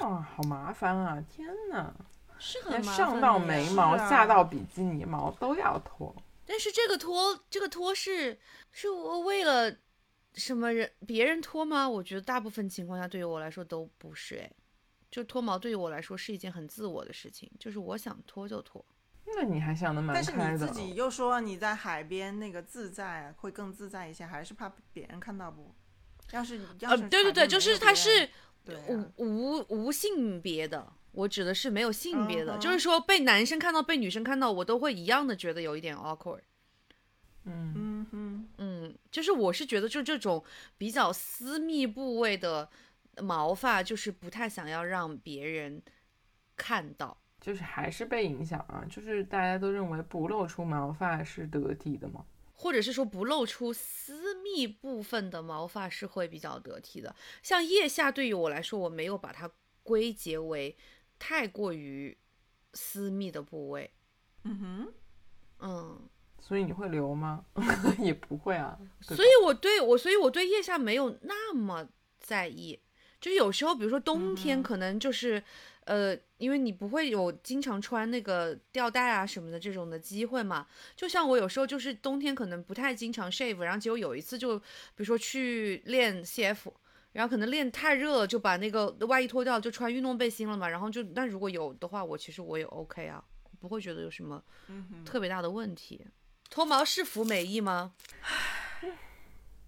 Speaker 4: 哇，好麻烦啊！天哪，
Speaker 3: 是
Speaker 4: 要
Speaker 3: 很麻烦
Speaker 4: 上
Speaker 3: 的
Speaker 4: 到
Speaker 3: 呀
Speaker 4: 眉毛，
Speaker 1: 是啊
Speaker 4: 下到比基尼毛都要脱。
Speaker 3: 但是这个脱，这个脱是是我为了什么人别人脱吗？我觉得大部分情况下对于我来说都不是，哎，就脱毛对于我来说是一件很自我的事情，就是我想脱就脱。
Speaker 4: 那你还想的蛮
Speaker 1: 但是
Speaker 4: 开
Speaker 1: 你
Speaker 4: 的
Speaker 1: 自
Speaker 4: 哦。
Speaker 1: 己又说你在海边那个自在会更自在一些，还是怕别人看到不？要是要
Speaker 3: 呃，
Speaker 1: 是、
Speaker 3: 对对对，就是它是
Speaker 1: 对、啊、
Speaker 3: 无无无性别的，我指的是没有性别
Speaker 1: 嗯
Speaker 3: 的，就是说被男生看到被女生看到，我都会一样的觉得有一点 awkward。
Speaker 4: 嗯，
Speaker 1: 嗯哼，
Speaker 3: 嗯，就是我是觉得，就这种比较私密部位的毛发，就是不太想要让别人看到。
Speaker 4: 就是还是被影响啊，就是大家都认为不露出毛发是得体的嘛。
Speaker 3: 或者是说不露出私密部分的毛发是会比较得体的。像腋下对于我来说，我没有把它归结为太过于私密的部位。
Speaker 1: 嗯哼，
Speaker 3: 嗯，
Speaker 4: 所以你会留吗？ [laughs] 也不会啊。对
Speaker 3: 所以我对我，所以我对腋下没有那么在意。就是有时候，比如说冬天，可能就是，呃，因为你不会有经常穿那个吊带啊什么的这种的机会嘛。就像我有时候就是冬天可能不太经常 shave，然后结果有一次就，比如说去练 CF，然后可能练太热了，就把那个外衣脱掉，就穿运动背心了嘛。然后就那如果有的话，我其实我也 OK 啊，不会觉得有什么特别大的问题。脱毛是服美役吗？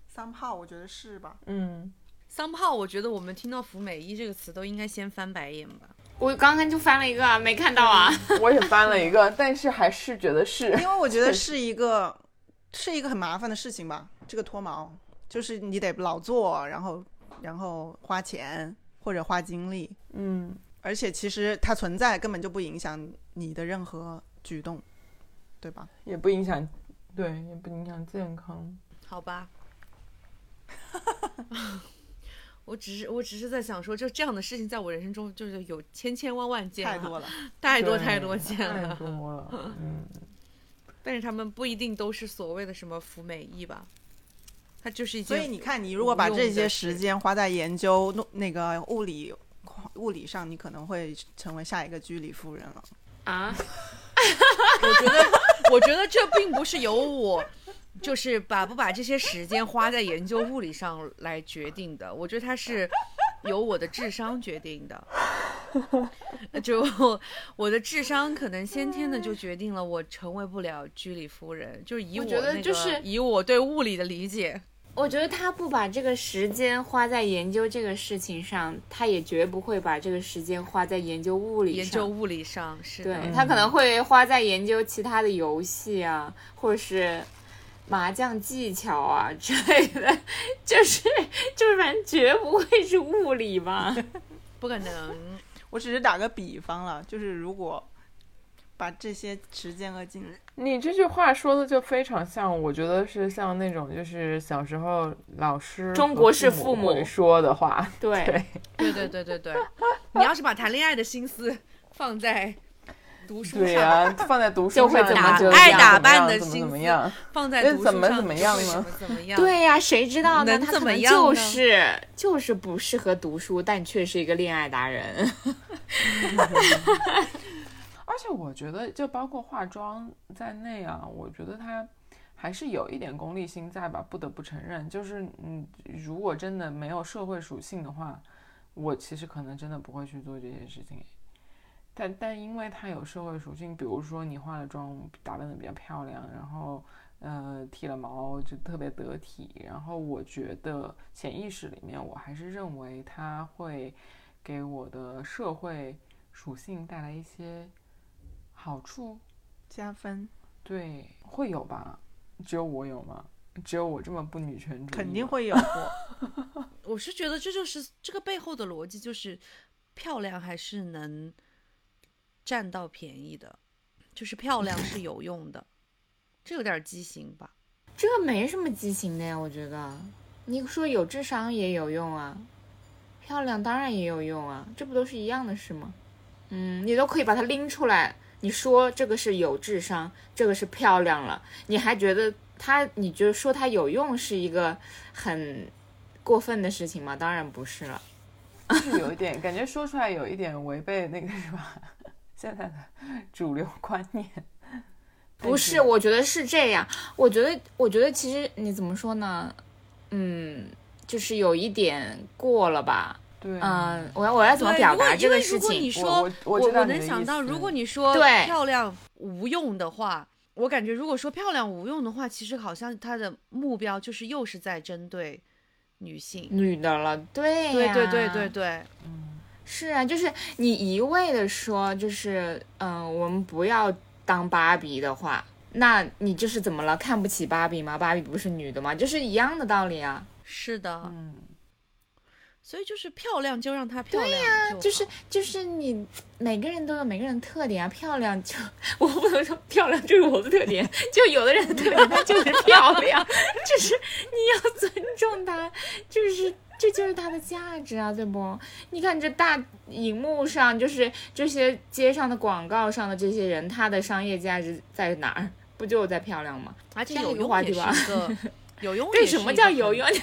Speaker 1: 三号我觉得是
Speaker 3: [laughs]
Speaker 1: 吧？
Speaker 4: 嗯，
Speaker 3: somehow 我觉得我们听到“服美役”这个词都应该先翻白眼吧。
Speaker 2: 我刚刚就翻了一个啊，没看到啊。
Speaker 4: 我也翻了一个，但是还是觉得是。
Speaker 1: 因为我觉得是一个是一个很麻烦的事情吧。这个脱毛就是你得老做，然后然后花钱或者花精力。
Speaker 4: 嗯，
Speaker 1: 而且其实它存在根本就不影响你的任何举动，对吧？
Speaker 4: 也不影响，对，也不影响健康。
Speaker 3: 好吧。 [laughs] 我只是我只是在想说，就这样的事情在我人生中就是有千千万万件
Speaker 1: 太
Speaker 3: 了，
Speaker 1: 多了，
Speaker 3: 太多
Speaker 4: 对
Speaker 3: 太多件
Speaker 4: 太
Speaker 3: 了。
Speaker 4: 多了，嗯，
Speaker 3: 但是他们不一定都是所谓的什么服美役吧，它就是一
Speaker 1: 所以
Speaker 3: 件
Speaker 1: 你看，你如果把
Speaker 3: 无用
Speaker 1: 这
Speaker 3: 的
Speaker 1: 些
Speaker 3: 事
Speaker 1: 时间花在研究弄那个物理物理上，你可能会成为下一个居里夫人了。
Speaker 2: [laughs] 啊，
Speaker 3: 我觉得，我觉得这并不是由我，就是把不把这些时间花在研究物理上来决定的。我觉得它是由我的智商决定的。 [laughs] 就我的智商可能先天的就决定了我成为不了居里夫人，就是以
Speaker 2: 我
Speaker 3: 我
Speaker 2: 觉得
Speaker 3: 那个
Speaker 2: 就是
Speaker 3: 以我对物理的理解，
Speaker 2: 我觉得他不把这个时间花在研究这个事情上，他也绝不会把这个时间花在研究物理上。
Speaker 3: 研究物理上是的
Speaker 2: 对他可能会花在研究其他的游戏啊，或者是麻将技巧啊之类的，就是就是反正绝不会是物
Speaker 3: [laughs]
Speaker 2: 理吧？
Speaker 3: 不可能。
Speaker 1: 我只是打个比方了，就是如果把这些时间和精力，
Speaker 4: 你这句话说的就非常像，我觉得是像那种就是小时候老师
Speaker 2: 中
Speaker 4: 和
Speaker 2: 国式父母
Speaker 4: 母会说的话，
Speaker 2: 对，
Speaker 3: 对
Speaker 4: 对
Speaker 3: 对对对对，你要是把谈恋爱的心思放在读书上，
Speaker 4: 对呀、放在读
Speaker 2: 就
Speaker 4: 书
Speaker 2: 会
Speaker 4: 上
Speaker 2: 怎
Speaker 4: 怎
Speaker 2: 么
Speaker 4: 么就
Speaker 2: 打爱
Speaker 4: 怎么
Speaker 3: 打
Speaker 4: 样
Speaker 3: 扮的
Speaker 4: 怎么
Speaker 3: 心
Speaker 4: 怎么
Speaker 3: 思
Speaker 4: 样？
Speaker 3: 放在
Speaker 4: 那
Speaker 3: 读书
Speaker 4: 怎么
Speaker 3: 上
Speaker 4: 怎么
Speaker 3: 就
Speaker 4: 样
Speaker 3: 会
Speaker 4: 呢
Speaker 3: 怎么怎
Speaker 4: [laughs]
Speaker 3: 么样？
Speaker 2: 对呀、谁知道呢？
Speaker 3: 能
Speaker 2: 他
Speaker 3: 怎
Speaker 2: 可
Speaker 3: 么
Speaker 2: 能
Speaker 3: 样呢
Speaker 2: 就是就是不适合读书，但却是一个恋爱达人。
Speaker 4: 而且我觉得，就包括化妆在内啊，我觉得它还是有一点功利心在吧，不得不承认。就是，嗯，如果真的没有社会属性的话，我其实可能真的不会去做这些事情。但但因为它有社会属性，比如说你化了妆，打扮的比较漂亮，然后呃剃了毛就特别得体，然后我觉得潜意识里面我还是认为它会给我的社会属性带来一些好处，
Speaker 1: 加分，
Speaker 4: 对，会有吧？只有我有吗？只有我这么不女权主义？
Speaker 1: 肯定。会有过。
Speaker 3: 我是觉得这就是这个背后的逻辑，就是漂亮还是能占到便宜的，就是漂亮是有用的，这有点畸形吧？
Speaker 2: 这个没什么畸形的呀，我觉得。你说有智商也有用啊，漂亮当然也有用啊，这不都是一样的事吗？嗯，你都可以把它拎出来，你说这个是有智商，这个是漂亮了，你还觉得它，你觉得说它有用是一个很过分的事情吗？当然不是了。
Speaker 4: [laughs] 就是有一点感觉说出来有一点违背那个什么现在的主流观念。
Speaker 2: 不是，我觉得是这样。我觉得，我觉得其实你怎么说呢？嗯，就是有一点过了吧。
Speaker 4: 对，
Speaker 2: 嗯，我要我要怎么
Speaker 3: 对
Speaker 2: 表
Speaker 3: 如果
Speaker 2: 达这个事
Speaker 3: 因为如果你
Speaker 2: 情？
Speaker 3: 说
Speaker 4: 我
Speaker 3: 我
Speaker 4: 呃我知道你的
Speaker 3: 能想到，
Speaker 4: 意思
Speaker 3: 如果你说
Speaker 2: 对
Speaker 3: 漂亮无用的话，我感觉如果说漂亮无用的话，其实好像它的目标就是又是在针对女性。
Speaker 2: 女的了，嗯对
Speaker 3: 对
Speaker 2: 呀
Speaker 3: 对对对，对，
Speaker 2: 是啊，就是你一味的说，就是嗯、呃我们不要当芭比的话，那你就是怎么了？看不起芭比吗？芭比不是女的吗？就是一样的道理啊。
Speaker 3: 是的，
Speaker 4: 嗯，
Speaker 3: 所以就是漂亮就让她漂亮，就
Speaker 2: 就
Speaker 3: 是好
Speaker 2: 就是你每个人都有每个人的特点啊，漂亮就我不能说漂亮就是我的特点，就有的人的特点她就是漂亮， [laughs] 就是你要尊重她，就是这就是她的价值啊，对不？你看这大荧幕上，就是这些街上的广告上的这些人，她的商业价值在哪儿？不就是在漂亮吗？
Speaker 3: 而且
Speaker 2: 这样
Speaker 3: 有
Speaker 2: 一个
Speaker 3: 用
Speaker 2: 话
Speaker 3: 也
Speaker 2: 题
Speaker 3: 是
Speaker 2: 吧
Speaker 3: 一个有用也
Speaker 2: [laughs] 对，
Speaker 3: 是
Speaker 2: 什么
Speaker 3: 一
Speaker 2: 叫
Speaker 3: 个
Speaker 2: 有
Speaker 3: 很
Speaker 2: 用？你 [laughs]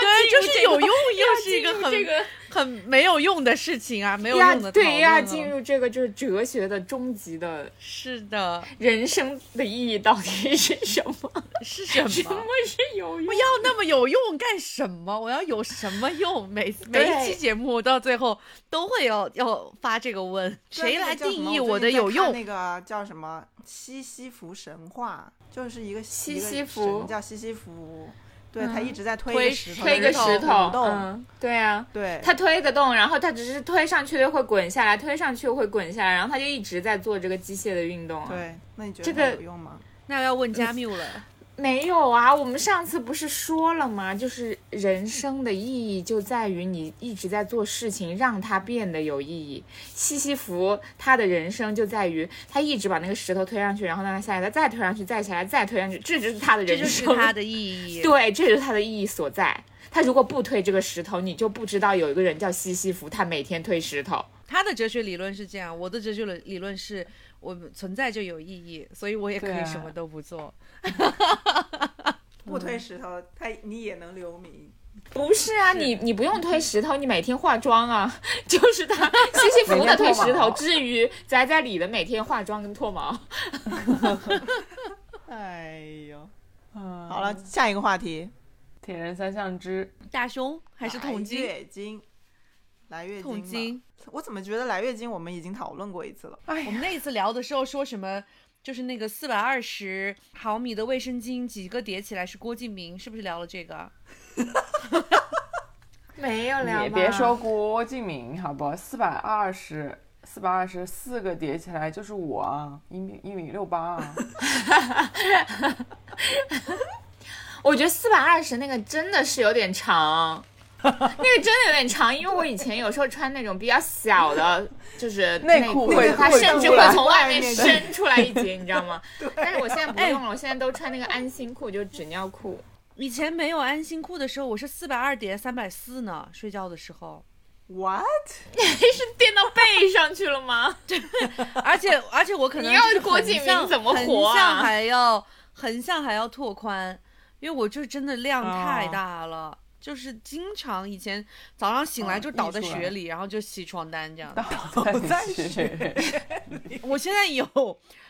Speaker 3: 对，就是有用 [laughs] 又是一个
Speaker 2: 要
Speaker 3: 很、
Speaker 2: 这个
Speaker 3: 很没有用的事情啊，没有
Speaker 2: 呀
Speaker 3: 用的，
Speaker 2: 对
Speaker 3: 呀，
Speaker 2: 呀，进入这个就是哲学的终极的。
Speaker 3: 是的，
Speaker 2: 人生的意义到底是什么？
Speaker 3: [laughs] 是什
Speaker 2: 什么
Speaker 3: 么？
Speaker 2: 是有
Speaker 3: 不
Speaker 2: 用？
Speaker 3: 要那么有用干什么？我要有什么用？每每一
Speaker 2: 对
Speaker 3: 期节目到最后都会要要发这个问，谁来定义
Speaker 1: 我
Speaker 3: 的有用？
Speaker 1: 那个叫什么西西弗神话，就是一个
Speaker 2: 西
Speaker 1: 一个
Speaker 2: 西弗
Speaker 1: 神叫西西弗，对他
Speaker 2: 嗯
Speaker 1: 一直在推一个
Speaker 3: 推
Speaker 1: 石头，
Speaker 2: 推个
Speaker 1: 然后
Speaker 2: 石头
Speaker 1: 舞，动
Speaker 2: 嗯，对啊，
Speaker 1: 对，
Speaker 2: 他推得动，然后他只是推上去会滚下来，推上去会滚下来，然后他就一直在做这个机械的运动啊。
Speaker 1: 对，那你觉得
Speaker 2: 这
Speaker 1: 它
Speaker 2: 个
Speaker 1: 有用吗？
Speaker 2: [laughs]
Speaker 3: 那要问加缪了，
Speaker 2: 没有啊，我们上次不是说了吗？就是人生的意义就在于你一直在做事情，让它变得有意义。西西弗他的人生就在于他一直把那个石头推上去，然后让它下来，他再推上去，再下来，再推上去，这就是他的
Speaker 3: 这
Speaker 2: 人
Speaker 3: 就是
Speaker 2: 生。
Speaker 3: 它的意义。
Speaker 2: 对，这就是它的意义所在。他如果不推这个石头，你就不知道有一个人叫西西弗，他每天推石头。
Speaker 3: 他的哲学理论是这样，我的哲学理理论是我存在就有意义，所以我也可
Speaker 4: 对
Speaker 3: 以
Speaker 2: 啊
Speaker 3: 什么都不做。
Speaker 1: 不推石头，他你也能留名。
Speaker 2: 不是啊，你你不用推石头，你每天化妆啊， [laughs] 就是他
Speaker 4: [laughs]
Speaker 2: 西西弗的推石
Speaker 4: 每天脱
Speaker 2: 头。
Speaker 4: 毛
Speaker 2: 至于宅在里的每天化妆跟脱毛，
Speaker 1: 哎呦，
Speaker 4: 嗯，
Speaker 1: 好了，下一个话题，
Speaker 4: 铁人三项之
Speaker 3: 大胸还
Speaker 2: 哎
Speaker 3: 是
Speaker 1: 来
Speaker 3: 痛经？
Speaker 1: 月经，来月
Speaker 3: 痛
Speaker 1: 经
Speaker 3: 经
Speaker 1: 吧。。我怎么觉得来月经我们已经讨论过一次了？
Speaker 2: 哎
Speaker 3: 我们那一次聊的时候说什么？就是那个四百二十毫米的卫生巾几个叠起来是郭敬明，是不是聊了这个？
Speaker 2: 没有
Speaker 4: 也别说郭敬明，好不？四百二十，四百二十四个叠起来就是我啊，一米一米六八 [laughs] 啊。
Speaker 2: 我觉得四百二十那个真的是有点长，那个真的有点长，因为我以前有时候穿那种比较小的，
Speaker 4: [laughs]
Speaker 2: 就是
Speaker 4: 内
Speaker 2: 裤
Speaker 4: 裤，会
Speaker 2: 它
Speaker 4: 会
Speaker 2: 甚至
Speaker 4: 出来
Speaker 2: 会从外面
Speaker 1: 外面
Speaker 2: 伸出来一截，你知道
Speaker 4: [laughs]
Speaker 2: 吗？但是我现在不用了，我现在都穿那个安心裤，就是纸尿裤。
Speaker 3: 以前没有安心裤的时候，我是四百二叠三百四呢，睡觉的时候。
Speaker 1: What？
Speaker 2: 哎是垫到背上去了吗？
Speaker 3: 而且而且我可能
Speaker 2: 你要
Speaker 3: 就是
Speaker 2: 郭敬明
Speaker 3: 横向
Speaker 2: 怎么活啊
Speaker 3: 横向还要横向还要拓宽，因为我就是真的量太
Speaker 2: 哦
Speaker 3: 大了，就是经常以前早上醒来
Speaker 2: 哦
Speaker 3: 就倒在
Speaker 4: 溢出来
Speaker 3: 雪里，然后就洗床单这样。
Speaker 4: 我
Speaker 1: 在
Speaker 4: 学， [laughs]
Speaker 3: 我现在有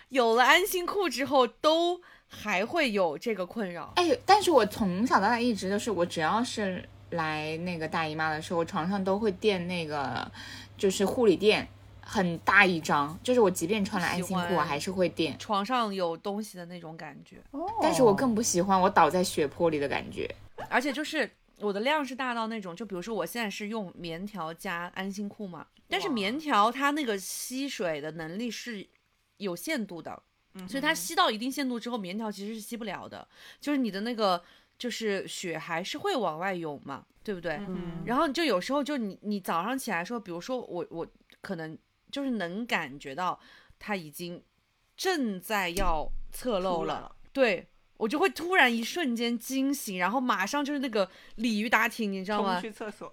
Speaker 3: 有了安心裤之后，都还会有这个困扰。
Speaker 2: [laughs] 哎，但是我从小到大一直都是，我只要是来那个大姨妈的时候，我床上都会垫那个就是护理垫，很大一张，就是我即便穿了安心
Speaker 3: 喜
Speaker 2: 裤，
Speaker 3: 欢
Speaker 2: 我还是会垫。
Speaker 3: 床上有东西的那种感觉，
Speaker 4: 哦
Speaker 2: 但
Speaker 1: 哦
Speaker 2: 是我更不喜欢我倒在血泊里的感觉。
Speaker 3: 而且就是我的量是大到那种，就比如说我现在是用棉条加安心裤嘛，但是棉条它那个吸水的能力是有限度的，所以它吸到一定限度之后，棉条其实是吸不了的，就是你的那个就是血还是会往外涌嘛，对不对？
Speaker 1: 嗯，
Speaker 3: 然后就有时候就你你早上起来说，比如说我我可能就是能感觉到它已经正在要侧漏
Speaker 1: 出
Speaker 3: 了，
Speaker 1: 来了
Speaker 3: 对我就会突然一瞬间惊醒，然后马上就是那个鲤鱼打挺，你知道
Speaker 1: 冲
Speaker 3: 吗
Speaker 1: 去？厕所，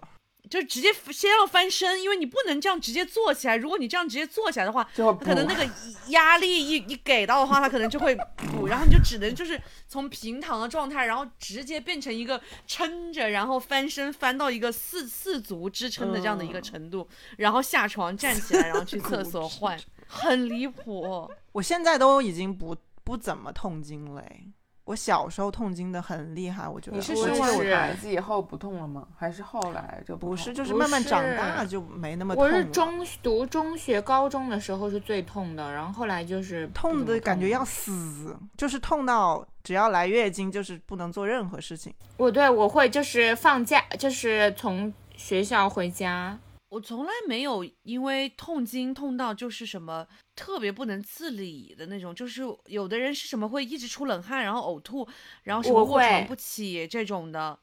Speaker 3: 就直接先要翻身，因为你不能这样直接坐起来。如果你这样直接坐起来的话，
Speaker 4: 就会
Speaker 3: 可能那个压力一一给到的话，它可能就会补，然后你就只能就是从平躺的状态，然后直接变成一个撑着，然后翻身翻到一个四四足支撑的这样的一个程度，然后下床站起来，然后去厕所换，很离谱。
Speaker 1: 我现在都已经不不怎么痛经了诶。我小时候痛经的很厉害，我觉得
Speaker 4: 你是
Speaker 1: 啊我
Speaker 4: 生
Speaker 1: 记
Speaker 2: 说
Speaker 1: 得
Speaker 4: 完
Speaker 1: 我
Speaker 2: 是
Speaker 4: 孩子以后不痛了吗？还是后来就
Speaker 1: 不
Speaker 4: 痛
Speaker 1: 是，
Speaker 4: 了？
Speaker 1: 就是
Speaker 2: 不
Speaker 1: 慢慢长
Speaker 2: 是
Speaker 1: 大就没那么痛
Speaker 2: 我
Speaker 1: 了。
Speaker 2: 是中读中学、高中的时候是最痛的，然后后来就是不
Speaker 1: 痛
Speaker 2: 怎么
Speaker 1: 的感觉
Speaker 2: 了
Speaker 1: 要死，就是痛到只要来月经就是不能做任何事情。
Speaker 2: 我对我会就是放假，就是从学校回家，
Speaker 3: 我从来没有因为痛经痛到就是什么特别不能自理的那种，就是有的人是什么会一直出冷汗，然后呕吐，然后什么
Speaker 2: 我
Speaker 3: 卧
Speaker 2: 会
Speaker 3: 床不起这种的。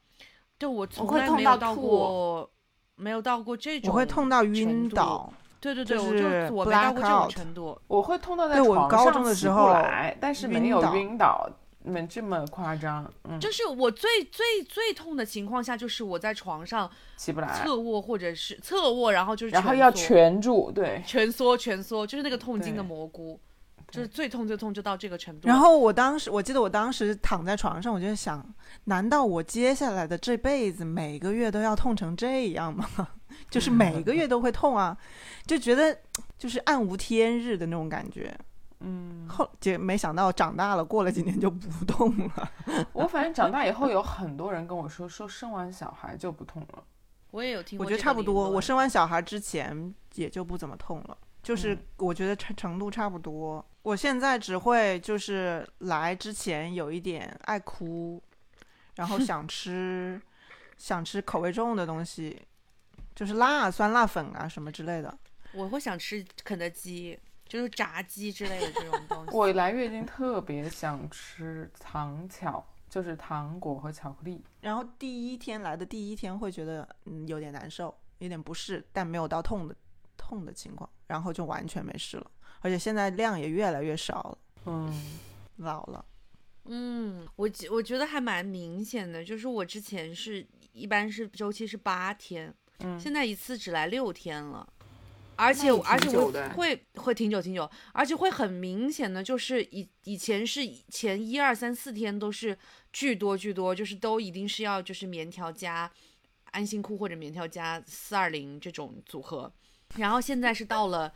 Speaker 3: 对，我从
Speaker 2: 会
Speaker 3: 来
Speaker 2: 痛
Speaker 3: 没
Speaker 2: 到
Speaker 3: 有到
Speaker 2: 吐
Speaker 3: 过，没有到过这种，
Speaker 1: 我会痛。到晕
Speaker 3: 程度
Speaker 1: 倒，
Speaker 3: 对对对，
Speaker 1: 就
Speaker 3: 我
Speaker 1: 是
Speaker 3: 就我没到过这种
Speaker 1: blackout
Speaker 3: 程度。
Speaker 4: 我会痛到在
Speaker 1: 对我
Speaker 4: 床
Speaker 1: 高
Speaker 4: 上
Speaker 1: 中的
Speaker 4: 起
Speaker 1: 时
Speaker 4: 不
Speaker 1: 候
Speaker 4: 来，但是没
Speaker 1: 晕
Speaker 4: 有
Speaker 1: 倒
Speaker 4: 晕倒，没这么夸张，嗯，
Speaker 3: 就是我最最最痛的情况下，就是我在床上
Speaker 4: 起不来，
Speaker 3: 侧卧或者是侧卧，然后就是
Speaker 4: 然后要
Speaker 3: 蜷缩
Speaker 4: 蜷
Speaker 3: [laughs]
Speaker 4: 住，对，
Speaker 3: 蜷缩蜷缩，就是那个痛经的
Speaker 4: 对
Speaker 3: 蘑菇，就是最痛最痛就到这个程度了。
Speaker 1: 然后我当时我记得我当时躺在床上，我就想，难道我接下来的这辈子每个月都要痛成这样吗？ [laughs]
Speaker 3: 嗯
Speaker 1: 就是每个月都会痛啊，就觉得就是暗无天日的那种感觉。
Speaker 3: [laughs]
Speaker 4: 嗯，
Speaker 1: 后结没想到长大了，过了几年就不痛了。
Speaker 4: 我反正长大以后有很多人跟我说，说生完小孩就不痛了，
Speaker 3: 我也有听
Speaker 1: 我
Speaker 3: 过，
Speaker 1: 觉得差不多，
Speaker 3: 啊
Speaker 1: 我生完小孩之前也就不怎么痛了，就是
Speaker 4: 嗯
Speaker 1: 我觉得程程度差不多。我现在只会就是来之前有一点爱哭，然后想
Speaker 4: [laughs]
Speaker 1: 吃想吃口味重的东西，就是辣、酸辣粉啊什么之类的。
Speaker 3: 我会想吃肯德基，就是炸鸡之类的这种东西。
Speaker 4: 我来月经特别想吃糖巧，就是糖果和巧克力。
Speaker 1: 然后第一天来的第一天会觉得嗯有点难受，有点不适，但没有到痛的痛的情况，然后就完全没事了。而且现在量也越来越少了，
Speaker 4: 嗯，
Speaker 1: 老了。
Speaker 3: 嗯，我觉我觉得还蛮明显的，就是我之前是一般是周期是八天，
Speaker 4: 嗯
Speaker 3: 现在一次只来六天了。而且
Speaker 4: 也
Speaker 3: 我而
Speaker 4: 挺
Speaker 3: 且我
Speaker 4: 久的
Speaker 3: 会会挺久挺久，而且会很明显的，就是以以前是以前一二三四天都是巨多巨多，就是都一定是要就是棉条加安心裤或者棉条加四二零这种组合，然后现在是到了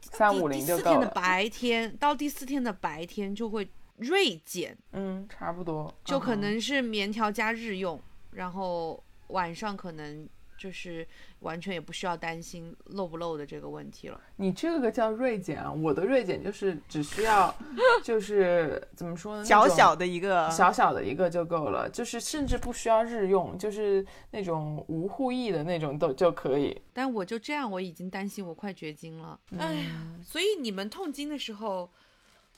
Speaker 4: 三
Speaker 3: 第
Speaker 4: 五
Speaker 3: 第
Speaker 4: 零就
Speaker 3: 四天
Speaker 4: 够
Speaker 3: 的
Speaker 4: 了。
Speaker 3: 白天，到第四天的白天就会锐减，
Speaker 4: 嗯，差不多。
Speaker 3: 就可
Speaker 4: 嗯
Speaker 3: 能是棉条加日用，然后晚上可能就是完全也不需要担心漏不漏的这个问题了。
Speaker 4: 你这个叫锐减啊，我的锐减就是只需
Speaker 3: [laughs]
Speaker 4: 要，就是怎么说呢，那
Speaker 1: 小
Speaker 4: 种
Speaker 1: 小的一个，
Speaker 4: 小小的一个就够了，就是甚至不需要日用，就是那种无护翼的那种都就可以。
Speaker 3: 但我就这样，我已经担心我快绝经了。哎呀，所以你们痛经的时候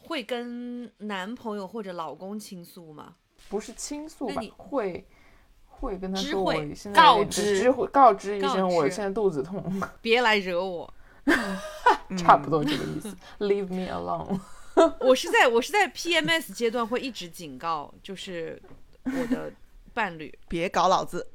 Speaker 3: 会跟男朋友或者老公倾诉吗？
Speaker 4: 不是倾诉
Speaker 3: 那
Speaker 4: 吧
Speaker 3: 你，
Speaker 4: 会会跟他
Speaker 3: 知
Speaker 4: 说我
Speaker 3: 会
Speaker 4: 现在
Speaker 2: 告
Speaker 4: 有点就
Speaker 2: 知
Speaker 4: 知会告知一
Speaker 3: 告
Speaker 4: 声我
Speaker 3: 知
Speaker 4: 现在肚
Speaker 3: [laughs]
Speaker 4: 子痛，
Speaker 3: 别来惹我，
Speaker 1: 嗯
Speaker 3: 嗯
Speaker 4: 差不多这个
Speaker 3: [laughs]
Speaker 4: 意思。Leave me alone。 [laughs]
Speaker 3: 我是在我是在 PMS 阶段会一直警告，就是我的伴侣。
Speaker 1: 别搞老子。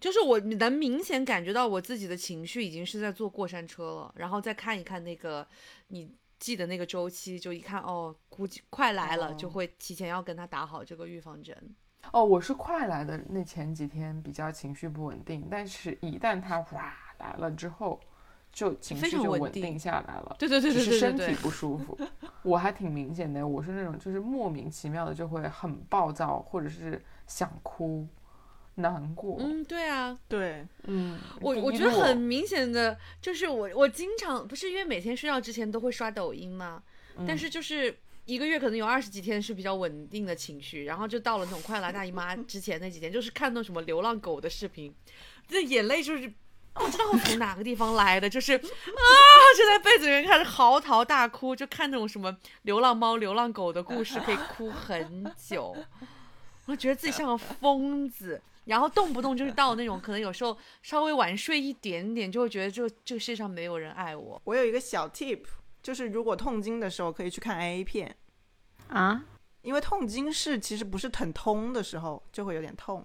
Speaker 3: 就是我能明显感觉到我自己的情绪已经是在坐过山车了，然后再看一看那个你记得那个周期，就一看哦，估计快来了，就会提前要跟他打好这个预防针。
Speaker 4: 哦，我是快来的那前几天比较情绪不稳定，但是一旦他哇来了之后，就情
Speaker 3: 非
Speaker 4: 绪
Speaker 3: 常
Speaker 4: 就
Speaker 3: 稳
Speaker 4: 稳
Speaker 3: 定
Speaker 4: 定下来了。
Speaker 3: 对对对
Speaker 4: 只
Speaker 3: 对
Speaker 4: 是
Speaker 3: 对对
Speaker 4: 身体
Speaker 3: 对，
Speaker 4: 不舒服，我还挺明显的。我是那种就是莫名其妙的就会很暴躁，或者是想哭、难过。
Speaker 3: 嗯，对啊，
Speaker 1: 对，
Speaker 4: 嗯，
Speaker 3: 我
Speaker 4: 低
Speaker 3: 我觉得
Speaker 4: 落
Speaker 3: 很明显的就是我我经常不是因为每天睡觉之前都会刷抖音吗？但是就是一个月可能有二十几天是比较稳定的情绪，然后就到了那种快来大姨 [laughs] 妈之前那几天，就是看到什么流浪狗的视频，这眼泪就是。不知道从哪个地方来的，就是啊，就在被子里面开始嚎啕大哭，就看那种什么流浪猫、流浪狗的故事，可以哭很久。 [laughs] 我觉得自己像个疯子，然后动不动就是到那种可能有时候稍微晚睡一点点，就会觉得这这个世界上没有人爱我。
Speaker 1: 我有一个小 tip，就是如果痛经的时候可以去看 A 片，
Speaker 2: 啊，
Speaker 1: 因为痛经是其实不是很通的时候就会有点痛。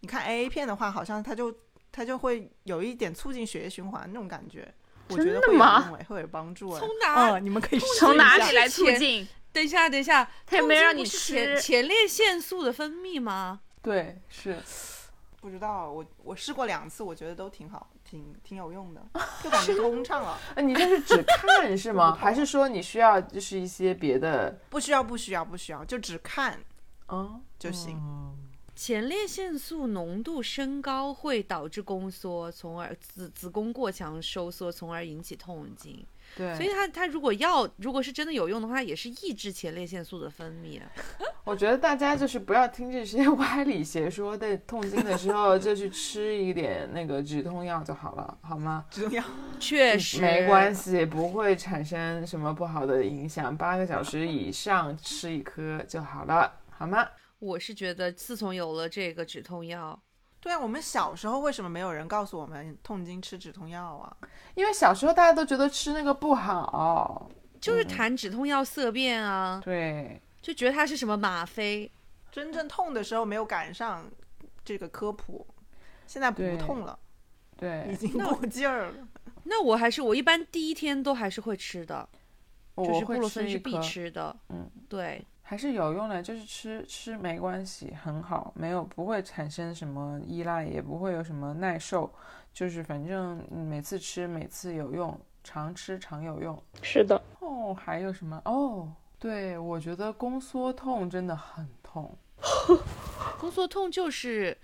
Speaker 1: 你看 A 片的话，好像它就它就会有一点促进血液循环那种感觉。我觉得
Speaker 2: 真的
Speaker 1: 会有
Speaker 2: 吗
Speaker 1: 用诶会有帮助哎。
Speaker 3: 从哪
Speaker 1: 嗯，你们可以试一下
Speaker 2: 从哪
Speaker 3: 是
Speaker 2: 里来
Speaker 3: 之
Speaker 2: 促
Speaker 3: 前
Speaker 2: 进？
Speaker 3: 等一下，等一下，
Speaker 2: 他也
Speaker 3: 痛
Speaker 2: 没
Speaker 3: 经
Speaker 2: 让
Speaker 3: 不
Speaker 2: 你
Speaker 3: 是前
Speaker 2: 吃
Speaker 3: 前列腺素的分泌吗？
Speaker 4: 对，
Speaker 3: [laughs]
Speaker 4: 是
Speaker 1: 不知道，我我试过两次，我觉得都挺好，挺挺有用的，就感觉通畅了。
Speaker 4: 呃，你这是只看是
Speaker 3: [laughs]
Speaker 4: 吗？还是说你需要就是一些别的？
Speaker 1: 不需要，不需要，不需要，就只看
Speaker 4: 嗯，
Speaker 1: 就行。
Speaker 3: 前列腺素浓度升高会导致宫缩，从而子子宫过强收缩，从而引起痛经。所以
Speaker 4: 对，
Speaker 3: 它它如果要如果是真的有用的话，也是抑制前列腺素的分泌。啊
Speaker 4: 我觉得大家就是不要听这些 [laughs] 歪理邪说，在痛经的时候就去吃一点那个止痛药就好了，好吗？
Speaker 1: 止痛药
Speaker 2: 嗯
Speaker 3: 确实
Speaker 4: 没关系，不会产生什么不好的影响。八个小时以上吃一颗就好了，好吗？
Speaker 3: 我是觉得，自从有了这个止痛药，
Speaker 1: 对啊，我们小时候为什么没有人告诉我们痛经吃止痛药啊？
Speaker 4: 因为小时候大家都觉得吃那个不好，
Speaker 2: 嗯
Speaker 3: 就是谈止痛药色变啊，
Speaker 4: 对，
Speaker 3: 就觉得它是什么吗啡。
Speaker 1: 真正痛的时候没有赶上这个科普，现在不
Speaker 4: 对
Speaker 1: 痛了，已
Speaker 4: 对，
Speaker 1: 经过劲儿了。
Speaker 3: 那我还是我一般第一天都还是会吃的，就
Speaker 4: 哦我
Speaker 3: 是布
Speaker 4: 会
Speaker 3: 洛
Speaker 4: 吃
Speaker 3: 芬
Speaker 4: 一
Speaker 3: 是必
Speaker 4: 颗，
Speaker 3: 吃的。
Speaker 4: 嗯，
Speaker 3: 对，
Speaker 4: 还是有用的，就是吃吃没关系，很好，没有不会产生什么依赖，也不会有什么耐受，就是反正嗯每次吃每次有用，常吃常有用。
Speaker 2: 是的，
Speaker 4: 哦，还有什么？哦，对，我觉得宫缩痛真的很痛。
Speaker 3: 宫缩痛就是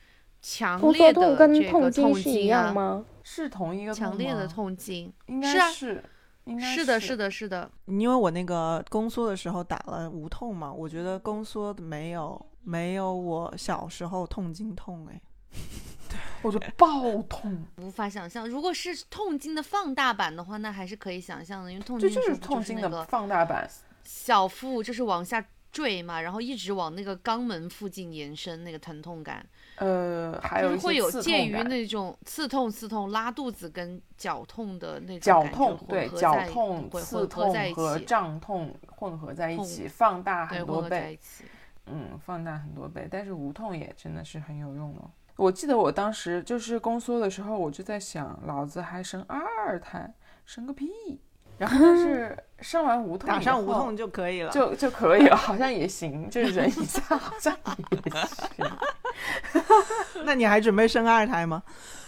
Speaker 3: 强
Speaker 2: 宫
Speaker 3: 烈
Speaker 2: 缩
Speaker 3: 的
Speaker 2: 痛跟
Speaker 3: 这个
Speaker 2: 痛
Speaker 3: 痛
Speaker 2: 经是一
Speaker 3: 啊
Speaker 2: 样，吗？
Speaker 4: 是同一个
Speaker 3: 强烈的
Speaker 4: 吗，
Speaker 3: 痛经。
Speaker 4: 应
Speaker 3: 是
Speaker 4: 该
Speaker 3: 啊
Speaker 4: 是，应该
Speaker 3: 是的，是，的，是的。
Speaker 1: [laughs] 因为我那个宫缩的时候打了无痛嘛，我觉得宫缩没有没有我小时候痛经痛哎。
Speaker 4: 我就爆痛，
Speaker 3: 无法想象。如果是痛经的放大版的话，那还是可以想象的，因为痛
Speaker 4: 这
Speaker 3: 经
Speaker 4: 就
Speaker 3: 手
Speaker 4: 是
Speaker 3: 术
Speaker 4: 痛经
Speaker 3: 嗯那
Speaker 4: 的
Speaker 3: 个
Speaker 4: 放大版。
Speaker 3: 小腹就是往下坠嘛，然后一直往那个肛门附近延伸，那个疼痛感，
Speaker 4: 呃，还
Speaker 3: 就
Speaker 4: 有
Speaker 3: 是
Speaker 4: 一
Speaker 3: 会有
Speaker 4: 些刺
Speaker 3: 介
Speaker 4: 痛
Speaker 3: 于
Speaker 4: 感。
Speaker 3: 那种刺痛、刺痛、拉肚子跟绞痛的那种
Speaker 4: 绞
Speaker 3: 感觉
Speaker 4: 痛
Speaker 3: 混
Speaker 4: 对
Speaker 3: 合
Speaker 4: 绞
Speaker 3: 在
Speaker 4: 痛、
Speaker 3: 混
Speaker 4: 刺
Speaker 3: 混合在
Speaker 4: 痛
Speaker 3: 一
Speaker 4: 和
Speaker 3: 起，
Speaker 4: 胀痛混合在一
Speaker 3: 痛
Speaker 4: 起，放大
Speaker 3: 对啊
Speaker 4: 很
Speaker 3: 混
Speaker 4: 多
Speaker 3: 合在
Speaker 4: 倍
Speaker 3: 一。起。
Speaker 4: 嗯，放大很多倍，但是无痛也真的是很有用哦。我记得我当时就是宫缩的时候，我就在想，老子还生二胎，生个屁！然后但是
Speaker 3: [laughs]
Speaker 4: 生完无痛，
Speaker 1: 打上无痛就可以了。
Speaker 4: 就就可以了，好像也行，就是忍一下， [laughs] 好像也行。
Speaker 1: 那你还准备生二胎吗？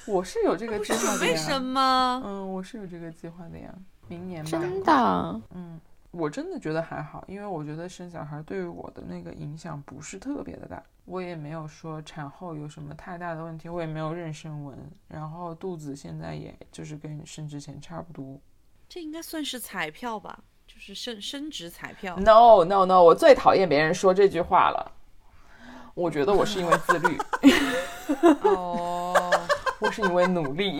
Speaker 4: 我是有这个计划
Speaker 3: 准
Speaker 4: 的
Speaker 3: 备什
Speaker 4: 呀，
Speaker 3: 么？
Speaker 4: 嗯，我是有这个计划的呀，明年吧。
Speaker 2: 真的，
Speaker 4: 嗯，我真的觉得还好，因为我觉得生小孩对于我的那个影响不是特别的大，我也没有说产后有什么太大的问题，我也没有妊娠纹，然后肚子现在也就是跟生之前差不多。
Speaker 3: 这应该算是彩票吧，就是升升值彩票。
Speaker 4: No no no，我最讨厌别人说这句话了。我觉得我是因为自律，
Speaker 3: 哦，
Speaker 4: 我是因为努力。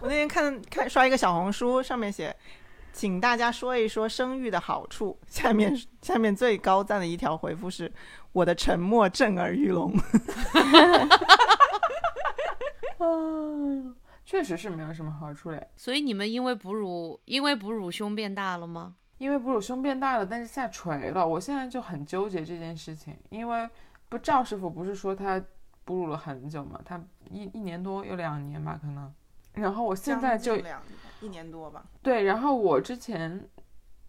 Speaker 1: 我那天看看刷一个小红书，上面写，请大家说一说生育的好处。下面下面最高赞的一条回复是：我的沉默震耳欲 [laughs] 聋。
Speaker 4: 嗯，确实是没有什么好处嘞，
Speaker 3: 所以你们因为哺乳，因为哺乳胸变大了吗？
Speaker 4: 因为哺乳胸变大了，但是下垂了，我现在就很纠结这件事情，因为不赵师傅不是说他哺乳了很久嘛，他一一年多有两年吧，可能，然后我现在就
Speaker 1: 两一年多吧，
Speaker 4: 对，然后我之前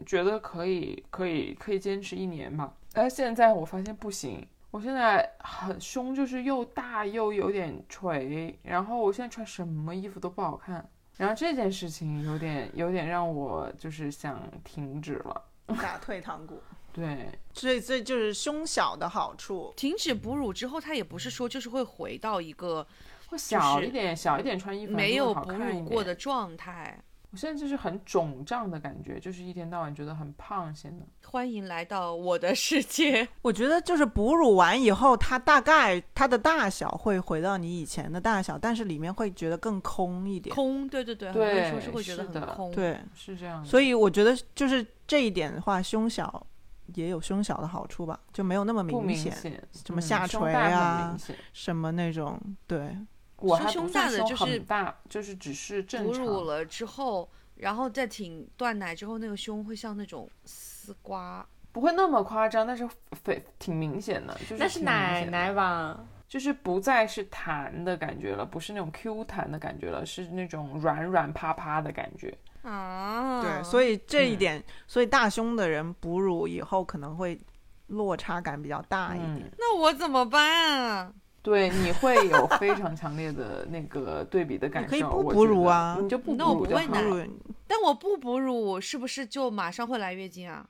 Speaker 4: 觉得可以，可以，可以坚持一年吧，但是现在我发现不行。我现在很胸就是又大又有点垂，然后我现在穿什么衣服都不好看，然后这件事情有点有点让我就是想停止了。
Speaker 1: 打退堂鼓。
Speaker 4: 对，
Speaker 1: [laughs] 所以这就是胸小的好处。
Speaker 3: 停止哺乳之后，它也不是说就是会回到一个
Speaker 4: 会小一点，小一点穿衣服还是
Speaker 3: 没
Speaker 4: 会
Speaker 3: 有
Speaker 4: 好
Speaker 3: 哺
Speaker 4: 看一
Speaker 3: 乳过
Speaker 4: 点。
Speaker 3: 的状态。
Speaker 4: 我现在就是很肿胀的感觉，就是一天到晚觉得很胖，显得
Speaker 3: 欢迎来到我的世界。 [laughs]
Speaker 1: 我觉得就是哺乳完以后，它大概它的大小会回到你以前的大小，但是里面会觉得更空嗯一点。
Speaker 3: 空，对对对，很
Speaker 4: 对
Speaker 3: 多人说是会觉得
Speaker 4: 是的
Speaker 3: 很空。，
Speaker 1: 对，
Speaker 4: 是这样的。
Speaker 1: 所以我觉得就是这一点的话，胸小也有胸小的好处吧，就没有那么
Speaker 4: 不明
Speaker 1: 显，
Speaker 4: 显，
Speaker 1: 什么
Speaker 4: 嗯
Speaker 1: 下
Speaker 4: 胸
Speaker 1: 垂
Speaker 4: 大很
Speaker 1: 啊
Speaker 4: 明显
Speaker 1: 什么那种对。
Speaker 4: 我
Speaker 3: 说
Speaker 4: 还不
Speaker 3: 胸
Speaker 4: 算
Speaker 3: 大的
Speaker 4: 胸
Speaker 3: 就是
Speaker 4: 很大，就是只是正
Speaker 3: 哺
Speaker 4: 常。
Speaker 3: 乳了之后，然后再挺断奶之后，那个胸会像那种丝瓜。
Speaker 4: 不会那么夸张，但是非挺明显的，就是
Speaker 2: 那是
Speaker 4: 挺明
Speaker 2: 奶
Speaker 4: 显的
Speaker 2: 奶，吧？
Speaker 4: 就是不再是弹的感觉了，不是那种 Q 弹的感觉了，是那种软软趴趴的感觉。
Speaker 3: 啊，
Speaker 1: 对，所
Speaker 3: 以
Speaker 1: 以这一
Speaker 4: 嗯
Speaker 1: 点，所以大胸的人哺乳以后可能会落差感比较大一点。
Speaker 4: 嗯，
Speaker 3: 那我怎么办啊？
Speaker 4: 对，你会有非常强烈的那个对比的感受。
Speaker 1: 可以不
Speaker 4: 我
Speaker 1: 哺
Speaker 4: 觉
Speaker 1: 乳
Speaker 4: 得
Speaker 1: 啊
Speaker 4: 你就不
Speaker 3: 那我
Speaker 4: 哺乳
Speaker 3: 不
Speaker 4: 就
Speaker 3: 喂
Speaker 4: 好
Speaker 1: 哺
Speaker 3: 奶
Speaker 4: 了。
Speaker 1: 乳
Speaker 3: 但我不哺乳，是不是就马上会来月经啊？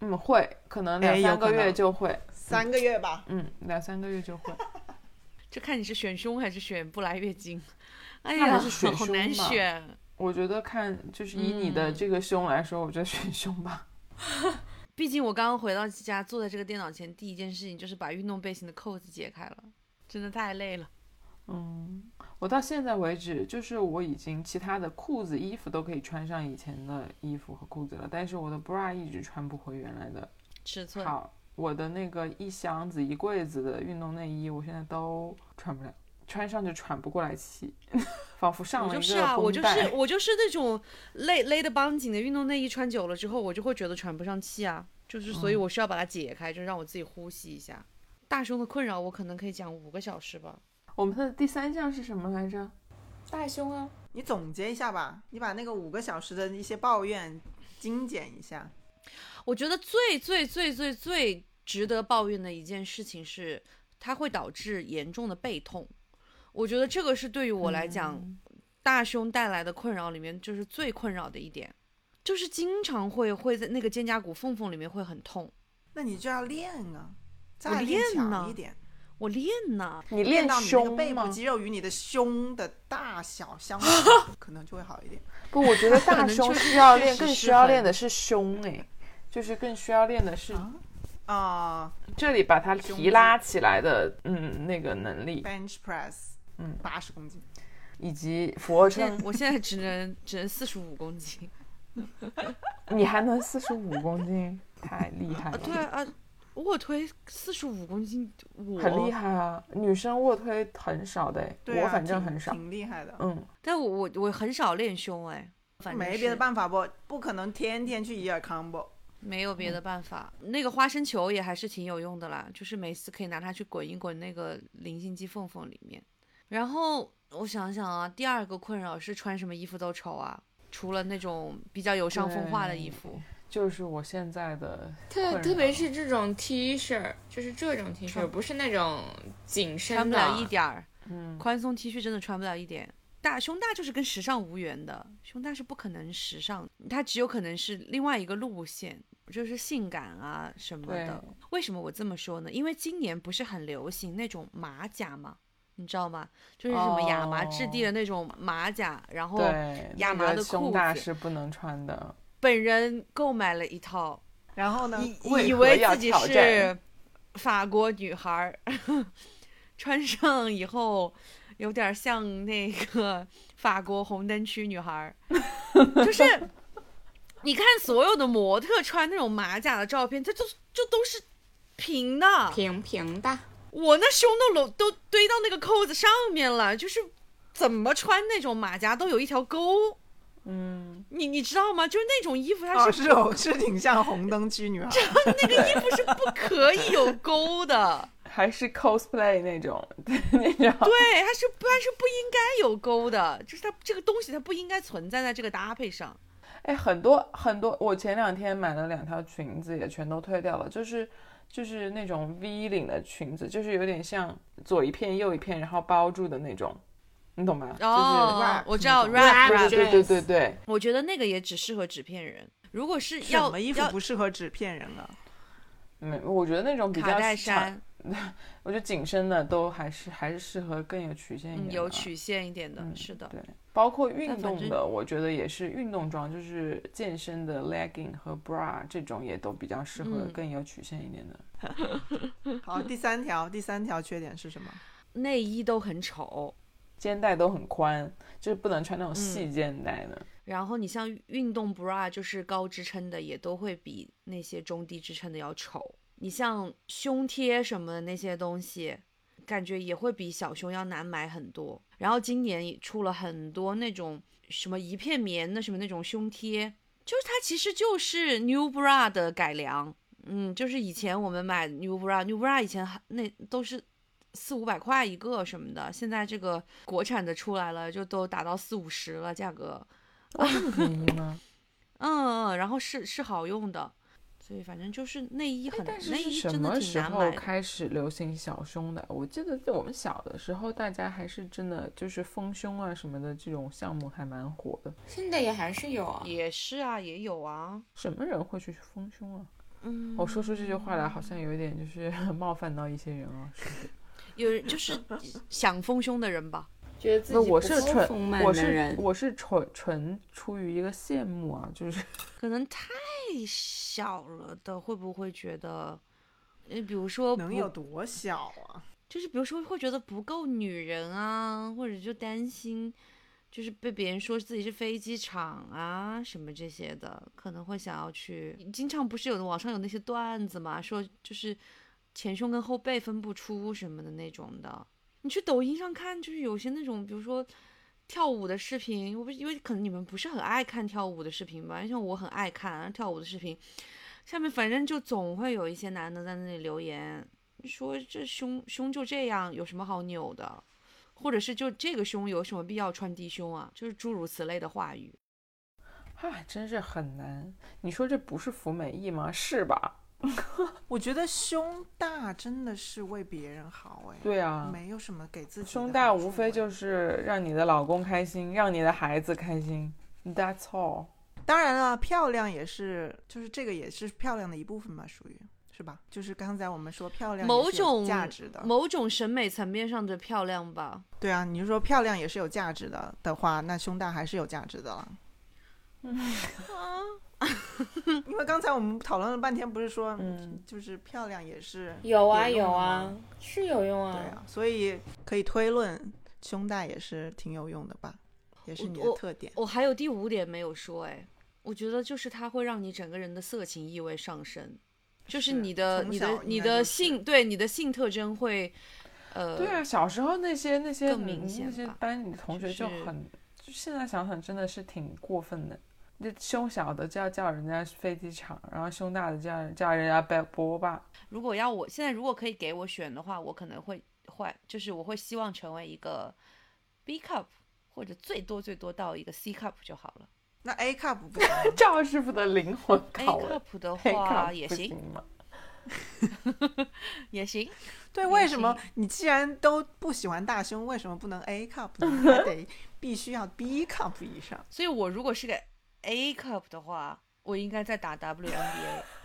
Speaker 4: 嗯，会，可能
Speaker 1: 哎
Speaker 4: 两
Speaker 1: 有
Speaker 4: 三个
Speaker 1: 可能
Speaker 4: 月就会。
Speaker 1: 三个月吧，
Speaker 4: 嗯，两三个月就会。
Speaker 3: 这看你是选胸还是选不来月经。哎
Speaker 4: 那还
Speaker 3: 呀，
Speaker 4: 是选
Speaker 3: 好
Speaker 4: 胸
Speaker 3: 难
Speaker 4: 吧
Speaker 3: 选。
Speaker 4: 我觉得看就是以你的
Speaker 3: 嗯
Speaker 4: 这个胸来说，我觉得选胸吧。
Speaker 3: 毕竟我刚刚回到家，坐在这个电脑前，第一件事情就是把运动背心的扣子解开了，真的太累了。
Speaker 4: 嗯，我到现在为止，就是我已经其他的裤子、衣服都可以穿上以前的衣服和裤子了，但是我的 bra 一直穿不回原来的
Speaker 3: 尺寸
Speaker 4: 好。我的那个一箱子、一柜子的运动内衣，我现在都穿不了，穿上就喘不过来气， [laughs] 仿佛上
Speaker 3: 我
Speaker 4: 了
Speaker 3: 就
Speaker 4: 一
Speaker 3: 是
Speaker 4: 个
Speaker 3: 啊，我
Speaker 4: 绷
Speaker 3: 就
Speaker 4: 带 [laughs]
Speaker 3: 是。我就是那种勒勒的绑紧的运动内衣，穿久了之后，我就会觉得喘不上气啊，就是
Speaker 4: 嗯
Speaker 3: 所以我需要把它解开，就让我自己呼吸一下。大胸的困扰，我可能可以讲五个小时吧。
Speaker 4: 我们的第三项是什么来着？
Speaker 2: 大胸啊，
Speaker 1: 你总结一下吧，你把那个五个小时的一些抱怨精简一下。
Speaker 3: 我觉得最最最最最值得抱怨的一件事情是，它会导致严重的背痛。我觉得这个是对于我来讲，
Speaker 4: 嗯
Speaker 3: 大胸带来的困扰里面就是最困扰的一点，就是经常会会在那个肩胛骨缝缝里面会很痛。
Speaker 1: 那你就要练啊，
Speaker 3: 我
Speaker 1: 再练
Speaker 3: 练呢
Speaker 1: 强一点，
Speaker 3: 我练呢，
Speaker 4: 你
Speaker 1: 练
Speaker 4: 练
Speaker 1: 到你那个
Speaker 4: 胸
Speaker 1: 背部
Speaker 4: 吗？
Speaker 1: 肌肉与你的胸的大小相符，可能就会好一点。
Speaker 4: 不，我觉
Speaker 3: [laughs]
Speaker 4: 得
Speaker 3: 可
Speaker 4: 大
Speaker 3: 能
Speaker 4: 胸
Speaker 3: 确实
Speaker 4: 需要
Speaker 3: 确
Speaker 4: 练，
Speaker 3: 实
Speaker 4: 更
Speaker 3: 是
Speaker 4: 需要
Speaker 3: 很
Speaker 4: 练的是胸哎、就是更需要练的是
Speaker 1: 啊、
Speaker 4: 这里把它
Speaker 1: 胸
Speaker 4: 提
Speaker 1: 肌
Speaker 4: 拉起来的，嗯，那个能力，
Speaker 1: b e n c h press，
Speaker 4: 嗯，
Speaker 1: 八十公斤，
Speaker 4: 以及俯卧
Speaker 3: [laughs]
Speaker 4: 撑
Speaker 3: 现，我现在只能只能四十五公斤
Speaker 4: 你还能四十五公斤，太厉害
Speaker 1: 哎
Speaker 3: 啊！
Speaker 4: 了，
Speaker 3: 对啊，啊卧推四十五公斤，我
Speaker 4: 很厉害啊！女生卧推很少的诶，
Speaker 1: 对啊，
Speaker 4: 我反正
Speaker 1: 挺
Speaker 4: 很少。
Speaker 1: 挺厉害的。
Speaker 4: 嗯，
Speaker 3: 但我我我很少练胸哎，反正
Speaker 1: 没别的
Speaker 3: 是
Speaker 1: 办法不？不可能天天去一尔康 [laughs] 不？
Speaker 3: 没有别的办法。那个花生球也还是挺有用的啦，就是每次可以拿它去滚一滚那个菱形肌缝缝里面。然后我想想啊，第二个困扰是穿什么衣服都丑啊，除了那种比较有伤风化的衣服，
Speaker 4: 就是我现在的困
Speaker 2: 特
Speaker 4: 扰，
Speaker 2: 特别是这种 T 恤，就是这种 T 恤，不是那种紧身
Speaker 3: 穿不
Speaker 2: 的，
Speaker 1: 啊
Speaker 3: 了一点儿。
Speaker 4: 嗯，
Speaker 3: 宽松 T 恤真的穿不了一点。大胸大就是跟时尚无缘的，胸大是不可能时尚，它只有可能是另外一个路线，就是性感啊什么
Speaker 4: 对
Speaker 3: 的。为什么我这么说呢？因为今年不是很流行那种马甲嘛，你知道吗？就是什么亚麻质地的那种马甲，然后
Speaker 4: 哦对，
Speaker 3: 亚
Speaker 4: 那
Speaker 3: 麻
Speaker 4: 个
Speaker 3: 的
Speaker 4: 胸
Speaker 3: 裤
Speaker 4: 大
Speaker 3: 子
Speaker 4: 是不能穿的，
Speaker 3: 本人购买了一套，
Speaker 1: 然后呢？
Speaker 4: 呃为
Speaker 3: 以以
Speaker 4: 何
Speaker 3: 为
Speaker 4: 要
Speaker 3: 自己
Speaker 4: 挑
Speaker 3: 是
Speaker 4: 战
Speaker 3: 法国女孩儿， [laughs] 穿上以后有点像那个法国红灯区女孩儿，就是你看所有的模特穿那种马甲的照片，它就就都是平的，
Speaker 2: 平平的。
Speaker 3: 我那胸都拢都堆到那个扣子上面了，就是怎么穿那种马甲都有一条沟。嗯，你你知道吗？就是那种衣服，它
Speaker 1: 哦，
Speaker 3: 是
Speaker 1: 是有是挺像红灯区女孩。
Speaker 3: 那个衣服是不可以有勾
Speaker 4: [laughs]
Speaker 3: 的，
Speaker 4: 还是 cosplay 那种那种。
Speaker 3: 对，它是不它是不应该有勾的，就是它这个东西它不应该存在在这个搭配上。
Speaker 4: 哎，很多很多，我前两天买了两条裙子，也全都退掉了，就是就是那种 V 领的裙子，就是有点像左一片右一片，然后包住的那种，你懂吗？
Speaker 3: 哦，
Speaker 1: wrap
Speaker 3: 我知道
Speaker 1: 那
Speaker 3: rap
Speaker 4: 就是
Speaker 2: wrap，
Speaker 4: 对对对对对，
Speaker 3: 我觉得那个也只适合纸片人。如果是
Speaker 1: 什
Speaker 3: 要
Speaker 1: 么衣服
Speaker 3: 要
Speaker 1: 不适合纸片人 [laughs] 啊？
Speaker 4: 没，嗯我觉得那种比
Speaker 3: 卡
Speaker 4: 较
Speaker 3: 戴
Speaker 4: 长，
Speaker 3: 珊，
Speaker 4: 我觉得紧身的都还是还是适合更有曲线一点
Speaker 3: 嗯，
Speaker 4: 的
Speaker 3: 有
Speaker 4: 吧
Speaker 3: 曲线一点的，
Speaker 4: 嗯
Speaker 3: 是的。
Speaker 4: 对，包括运
Speaker 3: 但反
Speaker 4: 动
Speaker 3: 正
Speaker 4: 的，我觉得也是运动装，就是健身的 legging 和 bra 这种也都比较适合
Speaker 3: 嗯
Speaker 4: 更有曲线一点的。
Speaker 1: 好，第三条，第三条缺点是什么？
Speaker 3: 内衣都很丑，
Speaker 4: 肩带都很宽，就是不能穿那种细肩带的。
Speaker 3: 然后你像运动 bra 就是高支撑的，也都会比那些中低支撑的要丑。你像胸贴什么的那些东西，感觉也会比小胸要难买很多。然后今年也出了很多那种什么一片棉的什么那种胸贴，就是它其实就是 new bra 的改良。嗯，就是以前我们买 new bra，new bra 以前还那都是四五百块一个什么的，现在这个国产的出来了，就都达到四五十了价格。
Speaker 4: 哇，哦这么便宜吗？
Speaker 3: 嗯，嗯，然后是是好用的，所以反正就是内衣很，
Speaker 4: 但是
Speaker 3: 内
Speaker 4: 是
Speaker 3: 衣
Speaker 4: 什
Speaker 3: 真的
Speaker 4: 么
Speaker 3: 挺
Speaker 4: 时
Speaker 3: 难
Speaker 4: 候
Speaker 3: 买的。
Speaker 4: 开始流行小胸的？我记得在我们小的时候，大家还是真的就是丰胸啊什么的这种项目还蛮火的。
Speaker 2: 现在也还是有啊，
Speaker 3: 也是啊，也有啊，
Speaker 4: 什么人会去丰胸啊？
Speaker 3: 嗯，
Speaker 4: 我说出这句话来，好像有一点就是 [laughs] 冒犯到一些人啊。是不是
Speaker 3: 有人就是想丰胸的人吧，
Speaker 2: 觉得自己
Speaker 4: 那我
Speaker 2: 不
Speaker 4: 是
Speaker 2: 够
Speaker 4: 纯
Speaker 2: 丰满，
Speaker 4: 我
Speaker 2: 的
Speaker 4: 是
Speaker 2: 人。
Speaker 4: 我是纯纯出于一个羡慕啊，就是
Speaker 3: 可能太小了的会不会觉得，呃，比如说
Speaker 1: 能
Speaker 3: 不
Speaker 1: 有多小啊？
Speaker 3: 就是比如说会觉得不够女人啊，或者就担心，就是被别人说自己是飞机场啊什么这些的，可能会想要去。经常不是有的网上有那些段子嘛，说就是前胸跟后背分不出什么的那种的。你去抖音上看，就是有些那种，比如说跳舞的视频，我不因为可能你们不是很爱看跳舞的视频吧，像我很爱看啊跳舞的视频，下面反正就总会有一些男的在那里留言，说这胸胸就这样，有什么好扭的？或者是就这个胸有什么必要穿低胸啊？就是诸如此类的话语。
Speaker 4: 唉，啊真是很难。你说这不是服美役吗？是吧？
Speaker 1: 我觉得胸大真的是为别人好哎，
Speaker 4: 对啊，
Speaker 1: 没有什么给自己的
Speaker 4: 胸大
Speaker 1: 好处
Speaker 4: 无非
Speaker 1: 哎
Speaker 4: 就是让你的老公开心，让你的孩子开心。That's all。
Speaker 1: 当然了，漂亮也是，就是这个也是漂亮的一部分嘛，属于是吧？就是刚才我们说漂亮
Speaker 3: 某
Speaker 1: 也是有
Speaker 3: 种
Speaker 1: 价值的，
Speaker 3: 某种审美层面上的漂亮吧，
Speaker 1: 对啊，你就说漂亮也是有价值的的话，那胸大还是有价值的了。
Speaker 3: 嗯
Speaker 1: [laughs] 因为刚才我们讨论了半天，不是说
Speaker 4: 嗯
Speaker 1: 就是漂亮也是
Speaker 2: 有啊
Speaker 1: 有用
Speaker 2: 有
Speaker 1: 的
Speaker 2: 啊
Speaker 1: 吗，
Speaker 2: 是有用
Speaker 1: 对啊，
Speaker 2: 啊。
Speaker 1: 所以可以推论，胸带也是挺有用的吧，也是你的
Speaker 3: 我
Speaker 1: 特点。
Speaker 3: 我还有第五点没有说，哎，我觉得就是它会让你整个人的色情意味上升，就是
Speaker 1: 是
Speaker 3: 你的
Speaker 1: 从
Speaker 3: 你
Speaker 1: 小
Speaker 3: 的
Speaker 1: 应
Speaker 3: 你
Speaker 1: 该就
Speaker 3: 的
Speaker 1: 是
Speaker 3: 性对你的性特征会，呃，
Speaker 4: 对啊，小时候那些那些
Speaker 3: 更明显
Speaker 4: 那些
Speaker 3: 吧
Speaker 4: 班里的同
Speaker 3: 就
Speaker 4: 学就是很，就现在想想真的是挺过分的。那胸小的叫叫人家飞机场，然后胸大的叫叫人家波波霸。
Speaker 3: 如果要我现在如果可以给我选的话，我可能会换，就是我会希望成为一个 B cup，或者最多最多到一个 C cup 就好了。
Speaker 1: 那 A cup 不
Speaker 3: [laughs]
Speaker 1: 行吗，
Speaker 4: 赵师傅的灵魂
Speaker 3: A
Speaker 4: 拷问
Speaker 3: cup 哎的
Speaker 4: ，A
Speaker 3: 话啊也
Speaker 4: 不
Speaker 3: 行，
Speaker 4: 吗？
Speaker 3: 也行。
Speaker 1: 对，
Speaker 3: 明
Speaker 1: 为什么
Speaker 3: 星
Speaker 1: 你既然都不喜欢大胸，为什么不能 A cup 呢？还得必须要 B cup 以
Speaker 3: [laughs]
Speaker 1: 上？
Speaker 3: 所以我如果是个 A cup 的话，我应该再打 WNBA、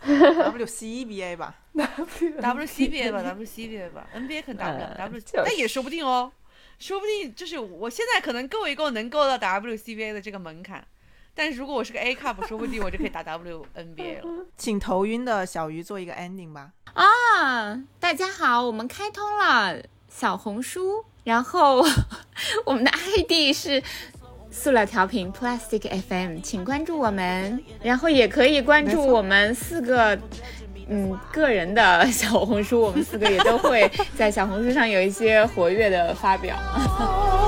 Speaker 1: WCBA 吧，
Speaker 4: [laughs]
Speaker 3: WCBA 吧，WCBA 吧，NBA 可能打不了
Speaker 4: 嗯
Speaker 3: ，W
Speaker 4: 就是
Speaker 3: 但也说不定哦，说不定就是我现在可能够一够能够到 WCBA 的这个门槛，但是如果我是个 A cup，说不定我就可以打 WNBA 了。
Speaker 1: 请头晕的小鱼做一个 ending 吧。
Speaker 2: 啊，大家好，我们开通了小红书，然后 [laughs] 我们的 ID 是塑料调频 Plastic FM，请关注我们，然后也可以关注我们四个。嗯，个人的小红书，我们四个也都会在小红书上有一些活跃的发表。
Speaker 5: Oh,